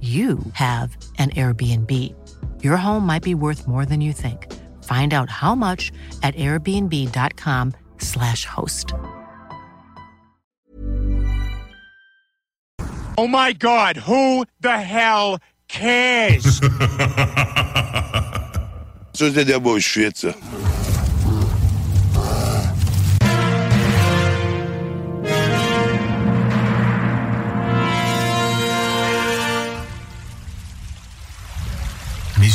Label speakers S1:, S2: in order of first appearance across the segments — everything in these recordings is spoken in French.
S1: you have an Airbnb. Your home might be worth more than you think. Find out how much at airbnb.com/slash host.
S2: Oh my God, who the hell cares?
S3: Що ти не будеш швидше?
S4: Mais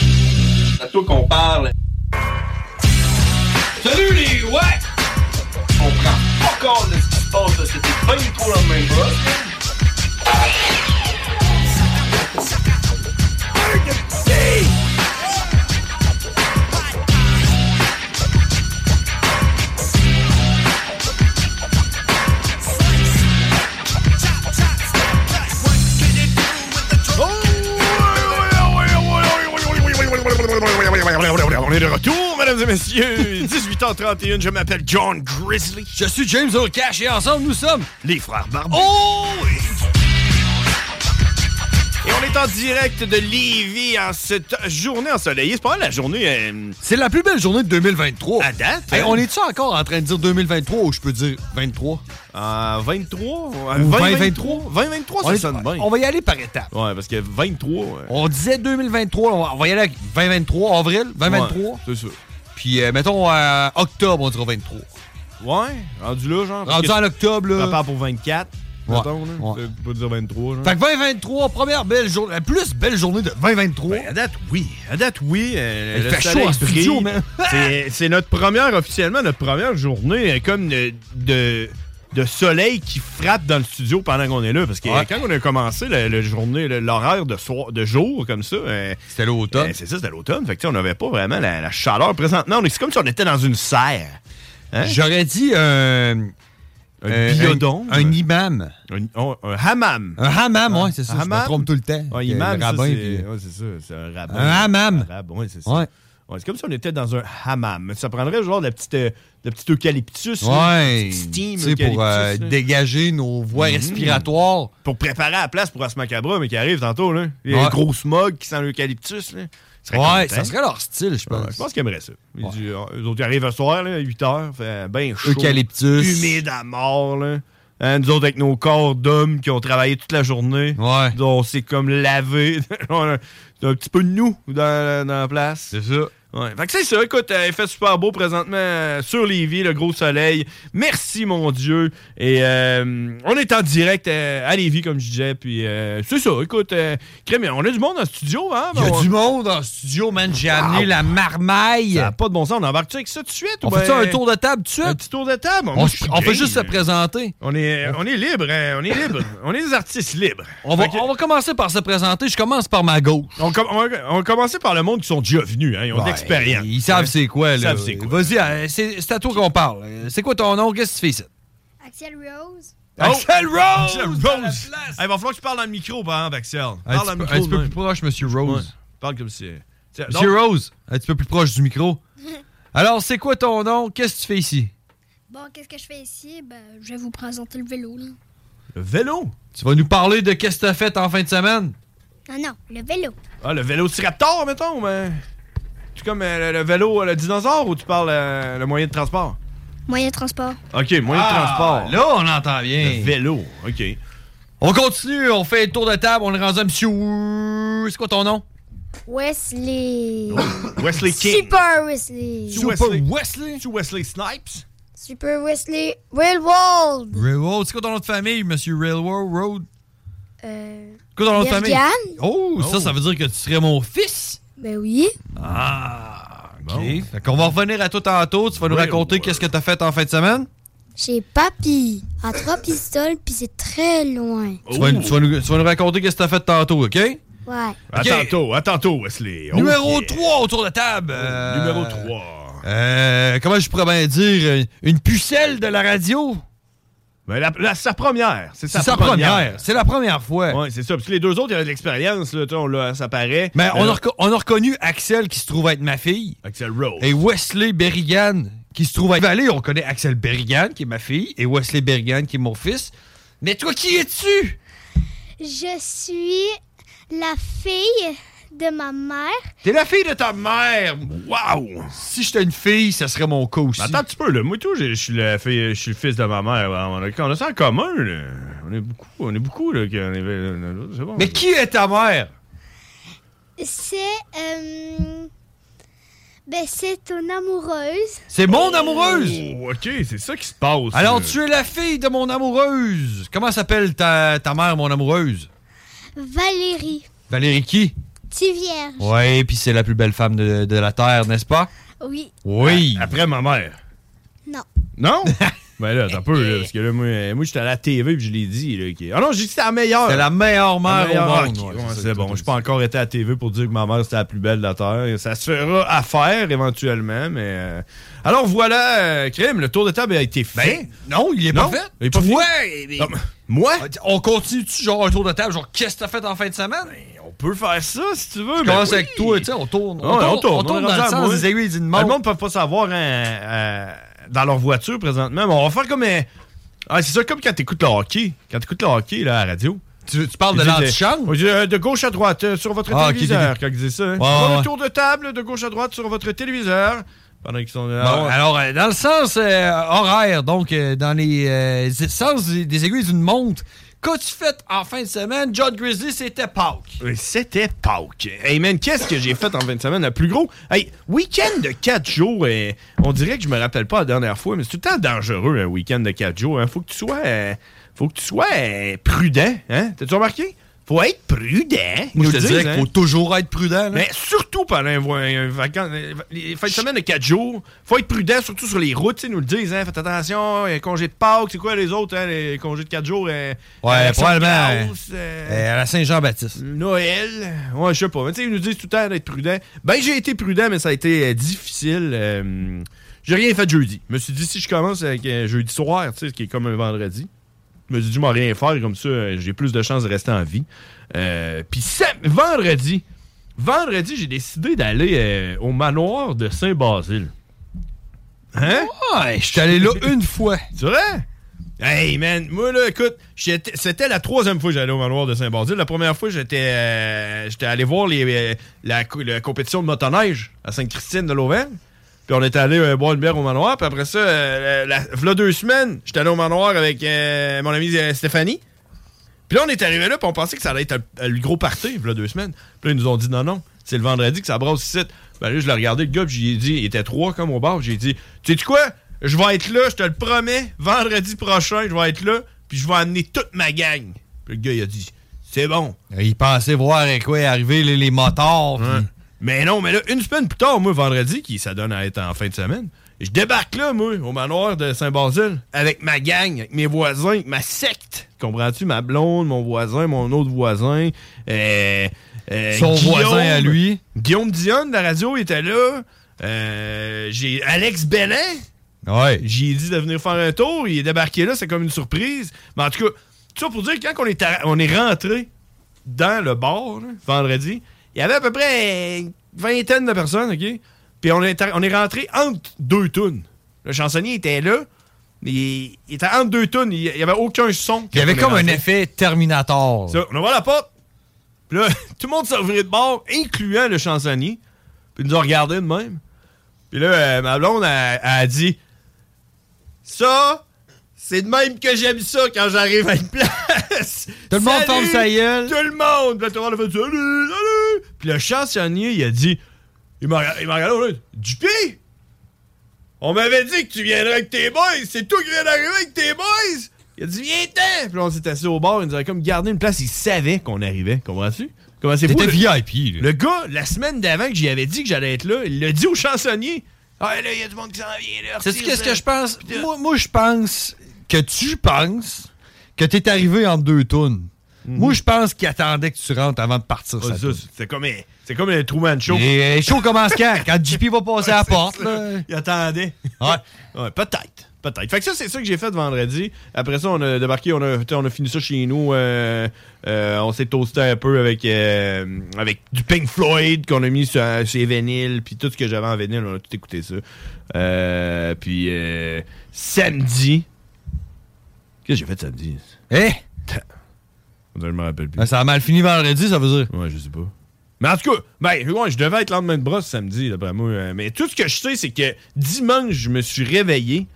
S5: C'est à toi qu'on parle. Salut les ouais! On prend pas compte de ce qui se passe, là. Oh, C'était pas du tout dans le même bras.
S6: On est de retour, mesdames et messieurs. 18h31, je m'appelle John Grizzly.
S7: Je suis James O'Cash et ensemble nous sommes.
S6: Les frères Barbus.
S7: Oh! oui!
S6: Et on est en direct de Lévis en cette journée ensoleillée. C'est pas mal la journée euh,
S7: C'est la plus belle journée de 2023.
S6: à date.
S7: Hey,
S6: hein?
S7: on est-tu encore en train de dire 2023 ou je peux dire 23?
S6: En 23? euh,
S7: Ou
S6: 20,
S7: 23?
S6: 20, 23,
S7: on,
S6: ça
S7: est-
S6: sonne bien.
S7: on va y aller par étapes.
S6: Ouais, parce que 23... euh,
S7: On disait 2023, on va, on va y aller avec 2023, avril, 2023.
S6: ouais, c'est ça.
S7: Puis euh, mettons euh, octobre, on dira 23.
S6: Ouais, rendu là, genre. parce
S7: Rendu
S6: que
S7: en octobre,
S6: tu
S7: là.
S6: prépares pour 24,
S7: Ouais,
S6: mettons, là.
S7: ouais.
S6: Tu peux dire 23, genre.
S7: Fait que 2023, première belle journée, la plus belle journée de 2023.
S6: Ben, à date, oui. À date, oui. euh,
S7: Il
S6: le
S7: fait chaud
S6: soleil
S7: en studio,
S6: brille.
S7: man.
S6: C'est- C'est notre première, officiellement, notre première journée euh, comme de, de, de soleil qui frappe dans le studio pendant qu'on est là. Parce que
S7: Ouais.
S6: quand on a commencé la, la journée, le- l'horaire de, soir- de jour, comme ça, euh,
S7: C'était l'automne.
S6: euh, c'est ça, c'était l'automne. Fait que, tu sais, on n'avait pas vraiment la, la chaleur. Présentement, on est- c'est comme si on était dans une serre. Hein?
S7: J'aurais dit euh,
S6: Un
S7: euh,
S6: biodôme.
S7: Un, un imam.
S6: Un- oh, un hammam.
S7: Un hammam, ouais, c'est ça.
S6: Un
S7: Je me
S6: hammam.
S7: trompe tout le temps.
S6: Ouais,
S7: Il y a le
S6: imam, ça,
S7: rabbin,
S6: c'est
S7: puis- euh,
S6: ouais, c'est ça, c'est un rabbin.
S7: Un hammam.
S6: Arabe, ouais, c'est ça.
S7: Ouais.
S6: Ouais, c'est comme si on était dans un hammam. Ça prendrait genre de la petite, euh, de petit eucalyptus. là,
S7: Ouais,
S6: petit steam
S7: tu sais, pour euh,
S6: eucalyptus, là.
S7: dégager nos voies
S6: Mhm.
S7: respiratoires.
S6: Pour préparer à la place pour Asma Cabra, mais qui arrive tantôt. Là. Il y a
S7: Ouais.
S6: un gros smog qui sent l'eucalyptus. là. Il serait
S7: Ouais,
S6: content.
S7: ça serait leur style, je
S6: Ouais,
S7: pense.
S6: je pense qu'ils aimeraient ça. Ils
S7: Ouais.
S6: disent, euh, eux autres, ils arrivent le soir là, à 8 h, fait ben chaud.
S7: Eucalyptus.
S6: Humide à mort. Là. Hein, nous autres, avec nos corps d'hommes qui ont travaillé toute la journée.
S7: Ouais.
S6: Nous, On s'est comme lavé. on a on a un petit peu de nous dans, la- dans la place.
S7: C'est ça.
S6: Ouais. Fait que c'est ça, écoute, euh, il fait super beau présentement euh, sur Lévis, le gros soleil. Merci mon Dieu. Et euh, on est en direct euh, à Lévis, comme je disais. Puis euh, c'est ça, écoute, euh, Crème, on a du monde en studio, hein?
S7: Il y
S6: on-
S7: a du monde en studio, man. J'ai amené la marmaille.
S6: Ça a pas de bon sens, on embarque avec ça tout de suite?
S7: On
S6: ou ben-
S7: fait ça un tour de table tout de
S6: un
S7: suite?
S6: petit tour de table?
S7: On,
S6: Moi,
S7: on
S6: je suis
S7: fait
S6: game.
S7: juste se présenter.
S6: On est, on est libre, hein, on est libre. on est des artistes libres.
S7: On va,
S6: Fait que-
S7: on va commencer par se présenter. Je commence par ma gauche.
S6: on, com- on va- on va commencer par le monde qui sont déjà venus, hein, ils ont de
S7: Ouais,
S6: l'expérience.
S7: Ils savent c'est quoi,
S6: Ils
S7: là.
S6: savent c'est quoi.
S7: Vas-y, euh, c'est c'est à toi qu'on parle. Euh, C'est quoi ton nom? Qu'est-ce que tu fais ici?
S8: Axel Rose.
S7: Oh! Axel Rose!
S6: Oh! Axel
S7: dans la
S6: Rose!
S7: place!
S6: Il va falloir que tu parles dans le micro, par exemple, Axel.
S7: Un
S6: Parle dans
S7: petit
S6: le
S7: peu-
S6: micro.
S7: un petit peu plus
S6: de même.
S7: proche, Monsieur Rose.
S6: Parle comme si. Tiens,
S7: Monsieur
S6: donc-
S7: Rose, un petit peu plus proche du micro. Alors, c'est quoi ton nom? Qu'est-ce que tu fais ici?
S8: Bon, qu'est-ce que je fais ici? Ben, je vais vous présenter le vélo, là.
S6: Le vélo.
S7: Tu vas nous parler de qu'est-ce que t'as fait en fin de semaine?
S8: Non, non, le vélo.
S6: Ah, le vélo raptor, mettons, mais. Tu comme euh, le, le vélo, euh, le dinosaure ou tu parles euh, le moyen de transport?
S8: Moyen de transport.
S6: Ok, moyen de transport.
S7: Ah, Là, on entend bien.
S6: Le vélo, ok.
S7: On continue, on fait le tour de table, on le rendu à Monsieur... C'est quoi ton nom?
S8: Wesley.
S6: Wesley King.
S8: Super Wesley.
S6: Tu Wesley.
S7: Wesley.
S6: Tu Wesley Snipes?
S8: Super Wesley Railroad.
S7: Railroad, c'est quoi ton nom de famille, Monsieur Railroad Road?
S8: Euh,
S7: C'est quoi ton nom de famille?
S8: Bergan.
S7: Oh, ça, ça veut dire que tu serais mon fils?
S8: Ben oui.
S7: Ah, ok.
S6: Bon.
S7: Fait qu'on va revenir à toi tantôt, tu vas nous
S6: Railroad.
S7: raconter qu'est-ce que t'as fait en fin de semaine?
S8: Chez Papy. À trois pistoles, puis c'est très loin.
S6: Oh.
S7: Tu vas, tu vas nous, tu vas nous raconter qu'est-ce que t'as fait tantôt, OK?
S8: Ouais.
S6: À
S7: Ok.
S6: tantôt, à tantôt, Wesley. Oh,
S7: Numéro
S6: yeah.
S7: 3 autour de table. euh,
S6: Numéro 3.
S7: Euh, comment je pourrais bien dire? euh, Une pucelle de la radio?
S6: Ben, la, la- sa première. C'est sa,
S7: C'est sa première. C'est la première fois.
S6: Ouais, c'est ça. Parce que les deux autres, il y avait de l'expérience, là, tu sais, on l'a- ça paraît.
S7: Mais Ben, on,
S6: Euh,
S7: a reco- on a reconnu Axel qui se trouve être ma fille
S6: Axel Rose.
S7: et Wesley Berrigan qui se trouve être Valé. On connaît Axel Berrigan qui est ma fille et Wesley Berrigan qui est mon fils. Mais toi, qui es-tu?
S8: Je suis la fille de ma mère.
S7: T'es la fille de ta mère.
S6: Wow!
S7: Si j'étais une fille, ça serait mon cas aussi.
S6: Mais attends un petit peu, là. Moi, tout, j'ai- je suis le, fi- je suis le fils de ma mère. On a, on a ça en commun, là. On est beaucoup, on est beaucoup, là. qu'on est- C'est bon.
S7: Mais qui est ta mère?
S8: C'est. euh, ben, c'est ton amoureuse.
S7: C'est mon amoureuse.
S6: Oh, OK, c'est ça qui se passe. euh?
S7: Alors,
S6: là.
S7: tu es la fille de mon amoureuse. Comment s'appelle ta, ta mère, mon amoureuse?
S8: Valérie.
S7: Valérie qui?
S8: Tu vierge.
S7: Oui, puis c'est la plus belle femme de, de la Terre, n'est-ce pas?
S8: Oui.
S7: Oui.
S6: Après ma mère.
S8: Non.
S6: Non? ben là, t'as peu, là. Parce que là, moi, euh, moi j'étais à la TV, puis je l'ai dit, là. qui- Ah non, j'ai dit que c'était la meilleure.
S7: C'est la meilleure
S6: Ah,
S7: mère
S6: meilleure-
S7: au monde.
S6: ok,
S7: ouais,
S6: ouais,
S7: c'est ça
S6: c'est
S7: que
S6: bon.
S7: t'as
S6: Je pas
S7: dit.
S6: encore été à la TV pour dire que ma mère c'était la plus belle de la Terre. Ça se fera à faire éventuellement, mais. euh, Alors voilà, euh, Crime, le tour de table a été fait.
S7: Ben, Non, il est
S6: Non,
S7: pas fait.
S6: il est pas
S7: Toi, eh, mais-
S6: Ah, moi?
S7: On continue-tu, genre, un tour de table, genre, qu'est-ce que t'as fait en fin de semaine?
S6: Ben, On peut faire ça si tu veux.
S7: Je
S6: mais
S7: commence
S6: oui.
S7: avec toi, tu sais, on tourne.
S6: Ah Ouais, on tourne,
S7: on
S6: on est
S7: dans
S6: rendu
S7: le
S6: à
S7: sens
S6: moi.
S7: des aiguilles d'une
S6: Le monde
S7: montre.
S6: ne peut pas savoir hein, euh, dans leur voiture présentement, mais on va faire comme. euh, ah, c'est ça, comme quand t'écoutes le hockey. Quand t'écoutes le hockey là, à la radio.
S7: Tu, tu parles de
S6: Ils disent,
S7: l'antichambre?
S6: euh, euh, De gauche à droite euh, sur votre
S7: Ah, ok,
S6: téléviseur,
S7: ok.
S6: quand ils disent ça. hein.
S7: Ouais,
S6: On
S7: ouais.
S6: le tour de table de gauche à droite sur votre téléviseur. Pendant qu'ils sont là.
S7: Bon, alors, euh, dans le sens euh, horaire, donc, euh, dans les euh, sens des des aiguilles d'une montre, qu'as-tu fait en fin de semaine? John Grizzly, c'était Pâques.
S6: Euh, C'était Pâques. Hey man, qu'est-ce que j'ai fait en fin de semaine? Le plus gros. Hey, week-end de 4 jours. euh, on dirait que je me rappelle pas la dernière fois, mais c'est tout le temps dangereux un week-end de 4 jours. hein. Faut que tu sois. euh, faut que tu sois euh, prudent. Hein? T'as-tu remarqué? Faut être prudent. ils nous
S7: je te
S6: disent,
S7: dirais
S6: hein.
S7: qu'il faut toujours être prudent. là.
S6: Mais surtout pendant un, vo- un vacan- euh, les fins de semaine de 4 jours, faut être prudent, surtout sur les routes, ils nous le disent, hein, faites attention, euh, congé de Pâques, c'est quoi les autres, hein, les congés de 4 jours? euh,
S7: Ouais,
S6: euh,
S7: probablement,
S6: Saint-Claus, euh,
S7: Euh, à la Saint-Jean-Baptiste.
S6: Noël. Ouais, je sais pas. Mais tu sais, ils nous disent tout le temps d'être prudent. Ben, j'ai été prudent, mais ça a été euh, difficile. Euh, j'ai rien fait jeudi. Je me suis dit, si je commence avec euh, jeudi soir, tu sais, qui est comme un vendredi, je me suis dit, je m'en rien faire. Comme ça, euh, j'ai plus de chances de rester en vie. Euh, Puis sam- vendredi, vendredi, j'ai décidé d'aller euh, au manoir de Saint-Basile. Hein?
S7: Ouais, je suis allé là une fois.
S6: C'est vrai? Hey man, moi là, écoute, j'étais- c'était la troisième fois que j'allais au manoir de Saint-Basile. La première fois, j'étais euh, j'étais allé voir les, euh, la, co- la compétition de motoneige à Sainte-Christine de l'Auvergne. Puis on était allé euh, boire une bière au manoir. Puis après ça, euh, la, v'là deux semaines, j'étais allé au manoir avec euh, mon amie euh, Stéphanie. Puis là, on est arrivé là, puis on pensait que ça allait être un- un- le gros party, là, deux semaines. Puis là, ils nous ont dit non, non, c'est le vendredi que ça brasse ici. Ben là, je l'ai regardé, le gars, puis j'ai dit, il était trois comme au bar, puis j'ai dit, tu sais quoi, je vais être là, je te le promets, vendredi prochain, je vais être là, puis je vais amener toute ma gang. Puis le gars, il a dit, c'est bon.
S7: Euh, Il pensait voir à quoi arriver les, les motards. puis-
S6: Mais non, mais là, une semaine plus tard, moi, vendredi, qui ça donne à être en fin de semaine, je débarque là, moi, au manoir de Saint-Basile, avec ma gang, avec mes voisins, avec ma secte. Comprends-tu? Ma blonde, mon voisin, mon autre voisin. euh, euh,
S7: Son
S6: Guillaume.
S7: voisin à lui.
S6: Guillaume Dion de la radio était là. Euh, J'ai Alex Bellin.
S7: Ouais.
S6: J'ai dit de venir faire un tour. Il est débarqué là, c'est comme une surprise. Mais en tout cas, tout ça pour dire que quand on est, à- on est rentré dans le bar, là, vendredi, Il y avait à peu près une vingtaine de personnes, OK? Puis on est, on est rentré entre deux tunes. Le chansonnier était là, mais il, il était entre deux tunes. Il n'y avait aucun son.
S7: Il y avait
S6: quand on
S7: comme
S6: est
S7: un
S6: rentré.
S7: effet Terminator.
S6: Ça, on ouvre la porte. Puis là, tout le monde s'est ouvert de bord, incluant le chansonnier. Puis ils nous ont regardé de même. Puis là, euh, ma blonde elle- elle a, dit Ça, c'est de même que j'aime ça quand j'arrive à une place.
S7: Tout le monde
S6: Salut,
S7: tombe sa gueule.
S6: Tout le monde. Puis là, tout le monde a fait Salut, salut. Puis le chansonnier, il a dit Il m'a regardé, il m'a regardé au lieu, Du pied on m'avait dit que tu viendrais avec tes boys. C'est toi qui viens d'arriver avec tes boys. Il a dit, viens-t'en. Puis là, on s'est assis au bord. Il nous avait comme gardé une place. Il savait qu'on arrivait. Comprends-tu? Comment c'est fou,
S7: T'étais
S6: le-
S7: VIP. là.
S6: le gars, la semaine d'avant que j'y avais dit que j'allais être là, il l'a dit au chansonnier. Ah, là, il y a du monde qui s'en vient, là.
S7: Sais-tu
S6: retire
S7: qu'est-ce
S6: ça.
S7: que je pense? Moi, moi, je pense que tu penses que t'es arrivé en deux tunes. Moi, je pense qu'il attendait que tu rentres avant de partir.
S6: Ah,
S7: sa
S6: Mhm. ça,
S7: toune.
S6: c'est- C'est comme, un- c'est comme un Truman Show.
S7: Et euh, chaud commence quand? Quand JP va passer à la porte.
S6: C'est
S7: là.
S6: ça. Il attendait.
S7: Ouais.
S6: Ouais, peut-être. Peut-être. Fait que ça, c'est ça que j'ai fait vendredi. Après ça, on a débarqué, on a, on a fini ça chez nous. euh, euh, on s'est toasté un peu avec, euh, avec du Pink Floyd qu'on a mis sur, chez Vinyl. Puis tout ce que j'avais en vinyle, on a tout écouté ça. Euh, puis euh, samedi. Qu'est-ce que j'ai fait samedi?
S7: Eh,
S6: On dirait que Je me rappelle plus.
S7: ben, ça a mal fini vendredi, ça veut dire.
S6: Ouais, je sais pas. Mais en tout cas, ben, ouais, je devais être lendemain de brosse samedi, d'après moi. euh, mais tout ce que je sais, c'est que dimanche, je me suis réveillé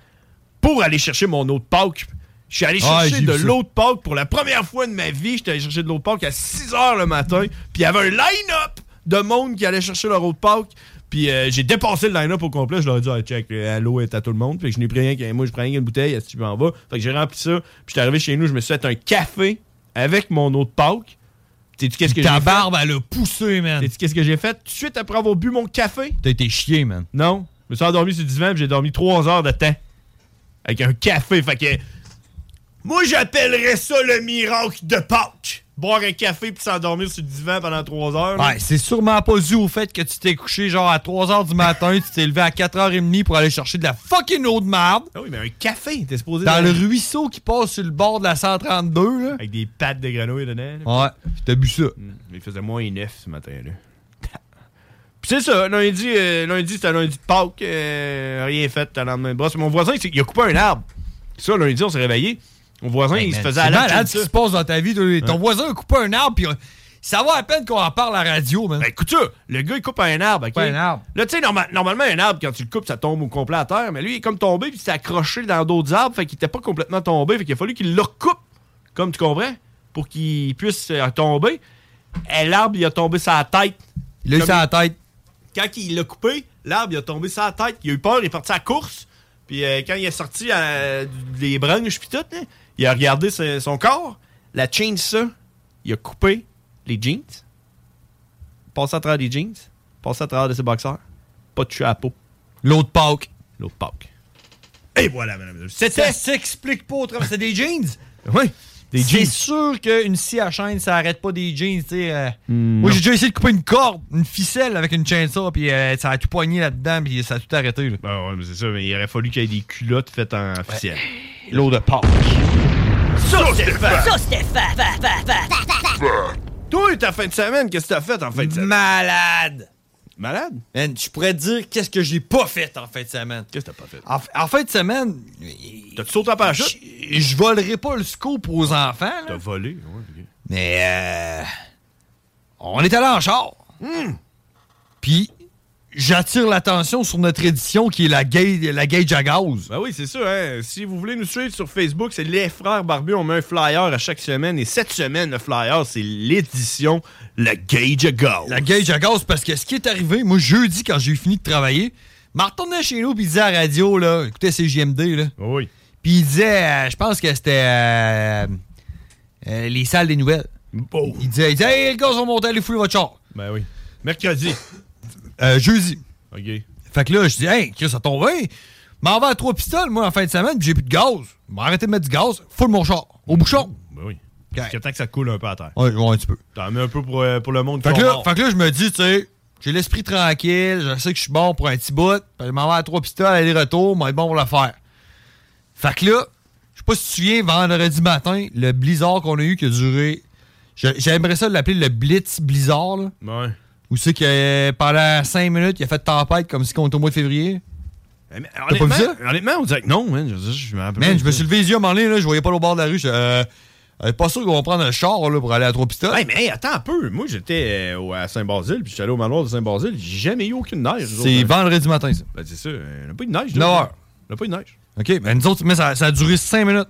S6: pour aller chercher mon autre Pâques. Je suis allé
S7: Ah,
S6: chercher
S7: j'ai
S6: de
S7: vu ça.
S6: l'autre Pâques pour la première fois de ma vie. J'étais allé chercher de l'autre Pâques à 6 h le matin. Puis il y avait un line-up de monde qui allait chercher leur autre Pâques. Puis euh, j'ai dépassé le line-up au complet. Je leur ai dit, Hey, check, euh, l'eau est à tout le monde. Puis je n'ai pris rien qu'un. Moi, je prends rien qu'une bouteille. Est-ce que tu m'en vas? Fait que j'ai rempli ça. Puis j'étais arrivé chez nous. Je me suis fait un café avec mon autre Pâques. Sais-tu qu'est-ce que j'ai
S7: Ta
S6: fait?
S7: barbe, elle a poussé, man.
S6: Sais-tu qu'est-ce que j'ai fait? Tout de suite après avoir bu mon café?
S7: T'as été chié, man.
S6: Non. Je me suis endormi sur le divan puis j'ai dormi 3 heures de temps. Avec un café. Fait que. Moi, j'appellerais ça le miracle de Pâques. Boire un café puis s'endormir sur le divan pendant 3 heures. là.
S7: Ouais, c'est sûrement pas dû au fait que tu t'es couché genre à 3h du matin, tu t'es levé à 4h30 pour aller chercher de la fucking eau de marde
S6: Ah oui, mais un café. T'es supposé.
S7: dans le ruisseau qui passe sur le bord de la 132, là.
S6: Avec des pattes de grenouille dedans. là.
S7: Ouais, pis t'as bu ça.
S6: Hmm, Mais Il faisait moins 9 ce matin-là. Puis c'est ça, lundi, euh, lundi c'était un lundi de Pâques, euh, rien fait, t'as le lendemain de brosse. Mon voisin, il s'est- il a coupé un arbre. Ça, lundi, on s'est réveillé. Mon voisin, il se faisait
S7: C'est
S6: aller à
S7: malade ce qui se passe dans ta vie. toi. Ton voisin a coupé un arbre, puis euh, ça va à peine qu'on en parle à la radio, man.
S6: Ben, écoute ça, le gars il coupe un arbre, ok?
S7: Coupe un arbre.
S6: Là, tu sais, norma- normalement, un arbre, quand tu le coupes, ça tombe au complet à terre, mais lui, il est comme tombé, puis il s'est accroché dans d'autres arbres, fait qu'il était pas complètement tombé, fait qu'il a fallu qu'il le recoupe, comme tu comprends, pour qu'il puisse euh, tomber. Et l'arbre, il a tombé sa tête.
S7: Il a eu
S6: comme-
S7: ça à la tête.
S6: Quand il l'a coupé, l'arbre, il a tombé sa tête, il a eu peur, il est parti à la course, puis euh, quand il est sorti euh, des branches, puis tout, là, il a regardé son- son corps, la ça, il a coupé les jeans passer à travers des jeans, passer à travers de ses boxeurs, pas de chapeau,
S7: L'autre Pâques.
S6: l'autre Pâques. Et voilà, madame. et messieurs, C'était.
S7: Ça s'explique pas autrement. C'est des jeans.
S6: Oui, des
S7: C'est
S6: jeans.
S7: sûr qu'une scie à chaîne, ça arrête pas des jeans. tu sais, euh.
S6: Hmm,
S7: Moi, j'ai déjà essayé de couper une corde, une ficelle avec une chaîne ça, puis euh, ça a tout poigné là-dedans, puis ça a tout arrêté. là.
S6: Ah ouais, mais c'est ça, mais il aurait fallu qu'il y ait des culottes faites en officiel.
S7: L'eau de Pâques.
S6: Toi, ta fin de semaine, qu'est-ce que t'as fait en fin de semaine?
S7: Malade!
S6: Malade?
S7: Man, je pourrais te dire qu'est-ce que j'ai pas fait en fin de semaine.
S6: Qu'est-ce que t'as pas fait?
S7: En, en fin de semaine,
S6: T'as-tu sauté en parachute?
S7: je je volerai pas le scoop aux enfants, là,
S6: T'as volé, ouais, ok.
S7: mais euh, on est allé en char. Puis j'attire l'attention sur notre édition qui est la gay, la gauge à gaz.
S6: Ben oui, c'est ça, hein. Si vous voulez nous suivre sur Facebook, c'est Les Frères Barbus. On met un flyer à chaque semaine. Et cette semaine, le flyer, c'est l'édition Le Gage à Go.
S7: La gauge à gaz parce que ce qui est arrivé, moi jeudi quand j'ai eu fini de travailler, m'en retournais chez nous puis il disait à la radio là, écoutez c'est JMD là.
S6: Oui.
S7: Puis il disait, euh, je pense que c'était euh, euh, les salles des nouvelles.
S6: Bon.
S7: Il disait, il disait, hey, les gars, on va monter, allez fouiller votre char.
S6: Oh. Ben oui. Mercredi.
S7: Euh, jeudi.
S6: OK.
S7: Fait que là, je dis, hey, Chris, ça tombe bien. M'en va à trois pistoles, moi, en fin de semaine, puis j'ai plus de gaz. M'en arrêter de mettre du gaz, foule mon char, au bouchon.
S6: Ben oui.
S7: Ok.
S6: Jusqu'à temps que ça coule un peu à terre.
S7: Ouais, ouais, un petit peu.
S6: T'en mets un peu pour, euh, pour le monde
S7: Fait que,
S6: qui sont
S7: là,
S6: morts.
S7: fait que là, je me dis, tu sais, j'ai l'esprit tranquille, je sais que je suis bon pour un petit bout, puis je m'en vais à trois pistoles, aller-retour, m'en être bon pour le faire. Fait que là, je sais pas si tu te souviens, vendredi matin, le blizzard qu'on a eu qui a duré. je- J'aimerais ça l'appeler le Blitz Blizzard, là.
S6: Ouais.
S7: Ou c'est que euh, pendant 5 minutes, il a fait tempête comme si on était au mois de février?
S6: Mais
S7: pas vu
S6: honnêtement,
S7: ça?
S6: honnêtement, on dirait que non, man. Je, veux dire, je me rappelle
S7: Man,
S6: pas.
S7: je me suis levé les yeux à un moment donné, là, je voyais pas le bord de la rue. Je euh, euh, pas sûr qu'on va prendre un char là, pour aller à trois pistoles.
S6: Hey, mais hey, attends un peu. Moi, j'étais euh, au- à Saint-Basile, puis j'étais allé au manoir de Saint-Basile. J'ai jamais eu aucune neige. nous
S7: c'est
S6: autres.
S7: vendredi matin, ça.
S6: Ben, c'est ça. Il n'y a pas eu de neige.
S7: 9
S6: là.
S7: heures.
S6: Il n'y a pas eu de neige.
S7: OK, ben nous autres, mais ça, ça a duré 5 minutes.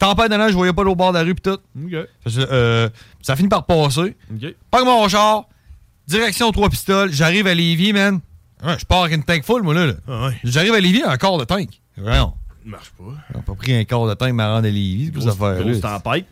S7: Tempête de neige, je voyais pas l'eau bord de la rue pis tout.
S6: OK.
S7: Fait que, euh, ça finit par passer.
S6: OK.
S7: Pas mon char, direction trois pistoles, j'arrive à Lévis, man. Ouais, je pars avec une tank full, moi, là. là.
S6: Ah ouais.
S7: J'arrive à Lévis, un quart de tank. Vraiment.
S6: Ça marche pas.
S7: On a pas pris un quart de tank, ma rendre à Lévis, pour ça faire.
S6: Grosse tempête.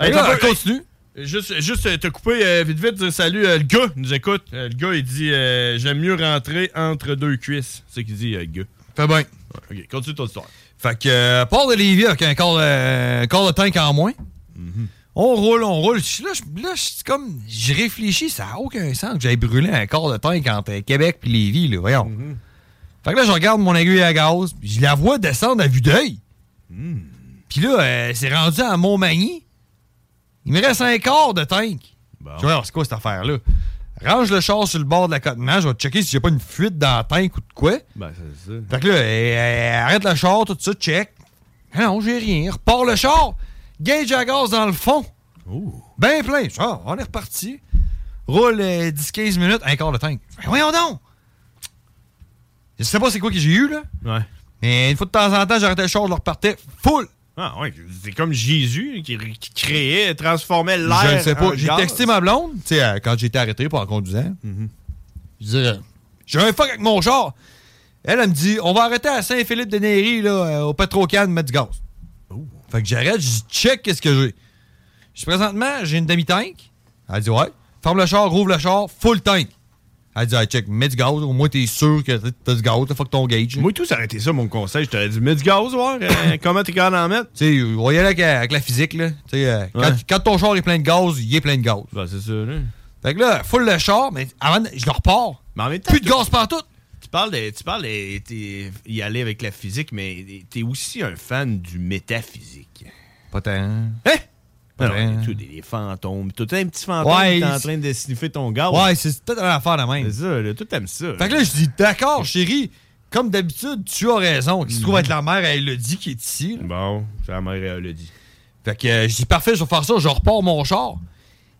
S7: Hey,
S6: Attends un
S7: là,
S6: peu,
S7: continue.
S6: Juste, juste euh, te couper euh, vite vite, dire salut. euh, le gars nous écoute. Euh, le gars, il dit euh, J'aime mieux rentrer entre deux cuisses. C'est ce qu'il dit, euh, le gars.
S7: Fais bien.
S6: Ouais, ok, continue ton histoire.
S7: Fait que, euh, part de Lévis avec un quart, de- un quart de tank en moins.
S6: Mm-hmm.
S7: On roule, on roule. Je- Là, je, là, je suis comme, je réfléchis, ça n'a aucun sens que j'aille brûler un quart de tank entre Québec puis Lévis, là, voyons. Fait que là, je regarde mon aiguille à gaz, puis je la vois descendre à vue d'œil. Puis là, euh, c'est rendu à Montmagny. Il me reste un quart de tank. Je dis, alors, c'est quoi cette affaire-là? Range le char sur le bord de la côte je vais checker si j'ai pas une fuite dans la tank ou de quoi.
S6: Ben, c'est ça.
S7: Fait que là, euh, euh, arrête le char, tout ça, check. Ah non, j'ai rien. Repart le char. Gage à gaz dans le fond. Ben plein. Ah, on est reparti. Roule euh, 10-15 minutes, un quart de tank. Ben voyons donc! Je sais pas c'est quoi que j'ai eu, là.
S6: Ouais.
S7: Mais une fois de temps en temps, j'arrêtais le char, je le repartais full.
S6: Ah, ouais. C'est comme Jésus qui, qui créait, transformait l'air.
S7: Je ne sais pas.
S6: en
S7: J'ai
S6: gaz. Mm-hmm.
S7: texté ma blonde, tu sais, euh, quand j'ai été arrêté pour en conduisant. Je dirais, j'ai un fuck avec mon char. Elle, elle me dit, on va arrêter à Saint-Philippe-de-Néry, là, euh, au Petrocan, de mettre du gaz.
S6: Oh.
S7: Fait que j'arrête, je dis, check qu'est-ce que j'ai. Je dis, présentement, j'ai une demi-tank. Elle dit, ouais. Ferme le char, rouvre le char, full tank. Elle dit, Hey, check, mets du gaz, au moins t'es sûr que t'as du gaz, t'as fuck ton gauge.
S6: Moi, tout, ça aurait été ça, mon conseil. Je t'aurais dit Mets du gaz, voir. euh, comment t'es capable d'en mettre
S7: Tu sais, on va y aller avec, euh, avec la physique, là. Tu sais, euh, quand,
S6: Ouais.
S7: quand ton char est plein de gaz, il est plein de gaz.
S6: Ben, c'est ça, là.
S7: Fait que là, full le char, mais avant, de- je le repars.
S6: Mais en même temps,
S7: Plus de
S6: tu-
S7: gaz partout.
S6: Tu parles, de, tu parles de- t'es- y aller avec la physique, mais t'es aussi un fan du métaphysique.
S7: Pas tant.
S6: Hein? Alors,
S7: vrai, hein.
S6: tout, des, des fantômes. Tout un petit fantôme
S7: Ouais,
S6: qui est en
S7: il-
S6: train de sniffer ton gaz.
S7: Ouais, c'est peut-être une affaire de
S6: C'est
S7: même.
S6: ça, là, tout aime ça.
S7: Fait que là, je dis, d'accord, chérie, comme d'habitude, tu as raison. Qui se trouve être la mère à Elodie qui est ici. là.
S6: Mhm. Bon, c'est la mère elle l'a dit.
S7: Fait que euh, je dis, parfait, je vais faire ça, je repars mon char.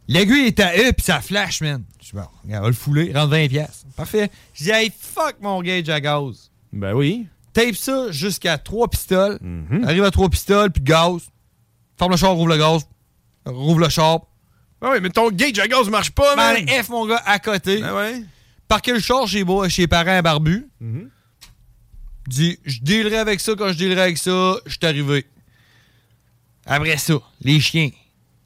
S7: L'aiguille est à E, puis ça flash, man. Je dis, bon, regarde, va le fouler, rentre 20$. piastres. Parfait. Je dis, hey, fuck mon gauge à gaz.
S6: Ben oui. Mhm.
S7: Tape ça jusqu'à 3 pistoles. Arrive à 3 pistoles, puis de gaz. Ferme le char, rouvre le gaz. Rouvre le char.
S6: Ah oui, mais ton gauge à gaz marche pas, man.
S7: Man, F, mon gars, à côté.
S6: Ah ouais? Mm-hmm.
S7: Parquer le char chez, moi- chez les parents à Barbu. Dis, je dealerai avec ça quand je dealerai avec ça, je suis arrivé. Après ça, les chiens.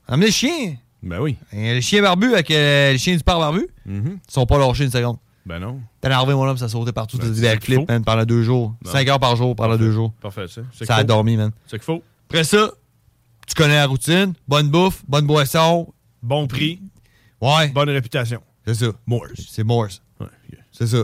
S7: Amenez le chien.
S6: Ben oui.
S7: Euh, Le chien barbu avec euh, le chien du parc barbu. Ils sont pas lâchés une seconde.
S6: Ben non.
S7: T'as énervé, mon homme, ça sautait partout. T'as dit
S6: Ben, c'est ça qu'il
S7: backflip,
S6: faut. Ben
S7: man, pendant deux jours. Cinq heures par jour, pendant deux jours.
S6: Parfait, ça. C'est
S7: Ça
S6: qu'il
S7: a
S6: faut.
S7: dormi, man.
S6: C'est qu'il faut.
S7: Après ça, tu connais la routine. Bonne bouffe, bonne boisson.
S6: Bon prix,
S7: Ouais,
S6: bonne réputation.
S7: c'est ça.
S6: Moors.
S7: C'est Morse.
S6: Ouais, yeah.
S7: C'est ça.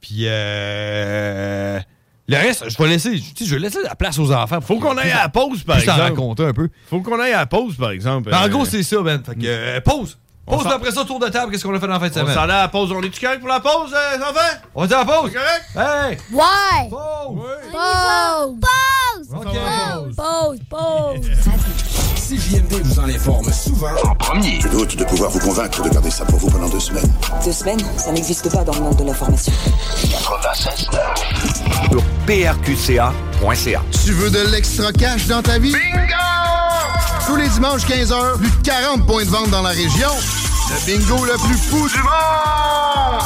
S7: Puis euh, le reste, je vais laisser, je, tu sais, je vais laisser la place aux enfants.
S6: Faut qu'on aille à la pause, par
S7: s'en
S6: exemple.
S7: raconter un peu.
S6: Faut qu'on aille à la pause, par exemple.
S7: en
S6: Euh,
S7: gros, c'est ça, Ben. Fait que, euh, pause.
S6: On
S7: Pause,
S6: s'en-
S7: puis après ça, tour de table, qu'est-ce qu'on a fait dans la fin de
S6: On
S7: semaine?
S6: s'en allait à la pause. On est-tu correct pour la pause, euh, enfants?
S7: On dit à la pause.
S6: Correct?
S7: Hey!
S8: Ouais!
S7: Pause!
S8: Pause! Pause!
S7: OK.
S8: Pause! Pause!
S9: CJMD vous en informe souvent.
S3: Je doute de pouvoir vous convaincre de garder ça pour vous pendant deux semaines.
S10: Deux semaines, ça n'existe pas dans le monde de l'information.
S9: PRQCA.ca. Tu veux de l'extra cash dans ta vie? Bingo! Tous les dimanches 15h, plus de 40 points de vente dans la région. Le bingo le plus fou du monde!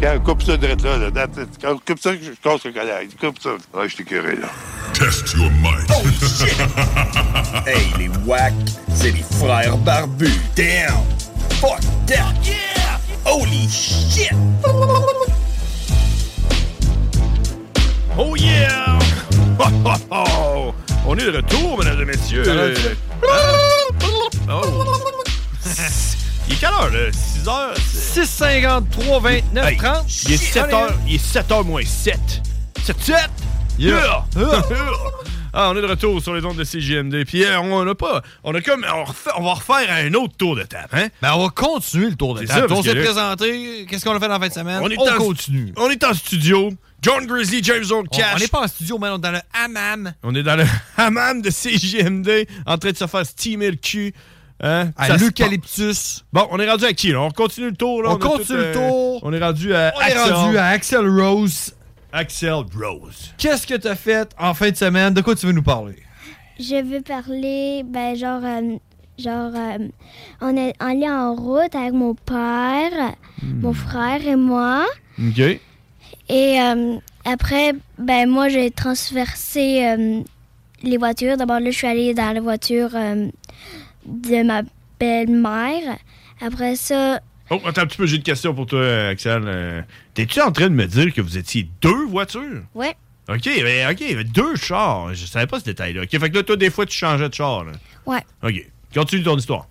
S3: Quand coupe ça de là, là, là, quand coupe ça, je casse le collègue. Coupe ça. Ouais, je t'ai curé, là.
S9: Oh, Hey, les wack, c'est les frères barbus. Damn! Fuck that! Yeah! Holy shit!
S6: Oh yeah! Oh, oh, oh, oh. On est de retour, mesdames et messieurs. Euh, Oh. Il est quelle heure, là? 6 heures? 6 53 29 30 Il est 7 heures. Il est 7 heures moins 7. 7 7? Yeah!
S7: Yeah.
S6: Ah, on est de retour sur les ondes de CGMD. Puis euh, on n'a pas. On a comme. On, refait- on va refaire un autre tour de table, hein? Ben, on va continuer le tour
S7: de table. On s'est présenté. Qu'est-ce qu'on a fait dans la fin de semaine?
S6: On est
S7: on
S6: en-
S7: continue.
S6: On est en studio. John Grizzly, James Old
S7: On-
S6: Cash.
S7: On n'est pas en studio, mais on est dans le hammam.
S6: On est dans le hammam de CJMD en train de se faire steamer le cul. Hein?
S7: À
S6: Ça se
S7: l'eucalyptus.
S6: passe. Bon, on est rendu à qui, là? On continue le tour, là?
S7: On
S6: a tout, euh,
S7: continue le tour.
S6: On est rendu à
S7: On
S6: Axel.
S7: est rendu à Axel Rose.
S6: Axel Rose.
S7: Qu'est-ce que t'as fait en fin de semaine? De quoi tu veux nous parler?
S8: Je veux parler, ben, genre, euh, genre, euh, on est allé en route avec mon père, mon frère et moi.
S6: OK.
S8: Et euh, après, ben, moi, j'ai transversé euh, les voitures. D'abord, là, je suis allée dans la voiture euh, de ma belle-mère. Après ça,
S6: Oh, attends un petit peu, j'ai une question pour toi, euh, Axel. Euh, T'es-tu en train de me dire que vous étiez deux voitures?
S8: ouais,
S6: OK, ben, OK, ben, deux chars. Je savais pas ce détail-là. OK, fait que là, toi, des fois, tu changeais de char, là.
S8: ouais.
S6: OK. Continue ton histoire.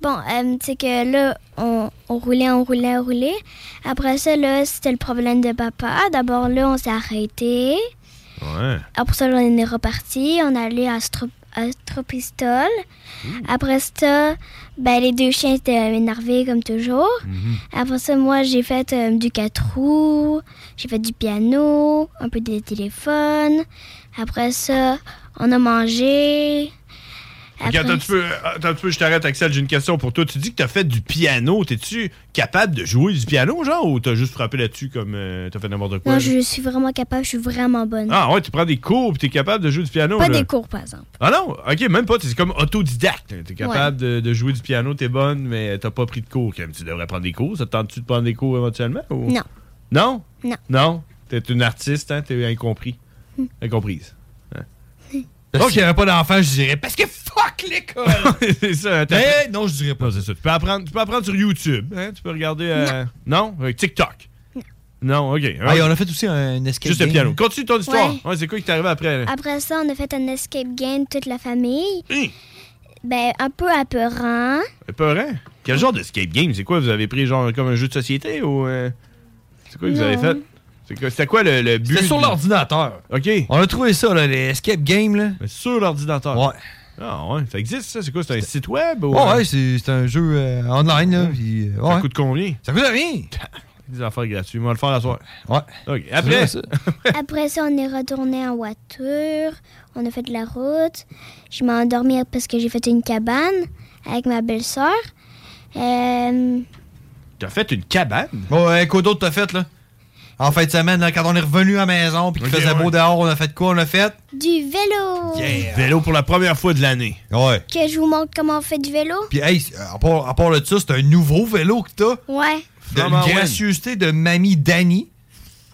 S8: Bon, euh, c'est que là, on, on roulait, on roulait, on roulait. Après ça, là, c'était le problème de papa. D'abord, là, on s'est arrêté.
S6: Ouais.
S8: Après ça, là, on est reparti. On est allé à Astro- Astropistole.
S6: Mmh.
S8: Après ça, ben, les deux chiens étaient euh, énervés comme toujours.
S6: Mmh.
S8: Après ça, moi, j'ai fait euh, du quatre roues, j'ai fait du piano, un peu de téléphone. Après ça, on a mangé.
S6: Ok, attends un
S8: Après-
S6: petit peu, euh, attends un petit peu, je t'arrête, Axel, j'ai une question pour toi. Tu dis que t'as fait du piano. T'es-tu capable de jouer du piano, genre, ou t'as juste frappé là-dessus comme euh, t'as fait n'importe quoi?
S8: Non,
S6: là?
S8: je suis vraiment capable, je suis vraiment bonne.
S6: Ah ouais, tu prends des cours, puis t'es capable de jouer du piano.
S8: Pas
S6: là.
S8: des cours, par exemple.
S6: Ah non, ok, même pas, c'est comme autodidacte. T'es capable de, de jouer du piano, t'es bonne, mais t'as pas pris de cours. Comme tu devrais prendre des cours, ça te tente-tu de prendre des cours éventuellement? ou-
S8: Non.
S6: Non?
S8: Non.
S6: Non? T'es une artiste, hein? T'es incompris. Incomprise. Hein?
S7: Parce qu'il n'y aurait pas d'enfant, je dirais. Parce que fuck l'école!
S6: c'est ça.
S7: Mais
S6: Eh, non, je dirais pas. c'est ça. Tu peux apprendre, tu peux apprendre sur YouTube. hein, Tu peux regarder. euh, Non? Avec TikTok. Non, ok. hein?
S7: Ah, et on a fait aussi un escape
S6: Juste le
S7: game.
S6: piano. Continue ton histoire.
S8: Ouais.
S6: Ouais, c'est quoi qui t'est arrivé après? là?
S8: Après ça, on a fait un escape game, toute la famille. Ben, un peu apeurant.
S6: Peur, hein? Quel genre d'escape game? C'est quoi? Vous avez pris genre comme un jeu de société ou. euh, C'est quoi que vous avez
S8: Non.
S6: fait? C'est quoi- C'était quoi le, le but?
S7: C'était sur
S6: du-
S7: l'ordinateur.
S6: OK.
S7: On a trouvé ça, là, les escape games. Là.
S6: Sur l'ordinateur.
S7: Ouais.
S6: Ah ouais, ça existe ça? C'est quoi? C'est un site web ou. euh,
S7: Ouais, ouais, c'est c'est un jeu euh, online. Là, puis, euh,
S6: Ça
S7: ouais.
S6: coûte combien?
S7: Ça coûte rien.
S6: Des affaires gratuites. On va le faire la soirée.
S7: Ouais.
S6: OK. Après.
S7: Ça,
S8: Après ça, on est retourné en voiture. On a fait de la route. Je m'ai endormie parce que j'ai fait une cabane avec ma belle-sœur. Euh,
S6: T'as fait une cabane?
S7: Ouais, quoi d'autre t'as fait, là? En fin de semaine, là, quand on est revenu à la maison puis qu'il
S6: Ok,
S7: faisait
S6: ouais.
S7: beau dehors, on a fait quoi? On a fait.
S8: du vélo!
S6: Vélo pour la première fois de l'année.
S7: Ouais.
S8: Que je vous montre comment on fait du vélo?
S7: Puis, hey, c'est- euh, à part, à part de ça, c'est un nouveau vélo que t'as.
S8: Ouais.
S7: De
S6: Vraiment, ouais.
S7: une gracieuseté de Mamie Dani.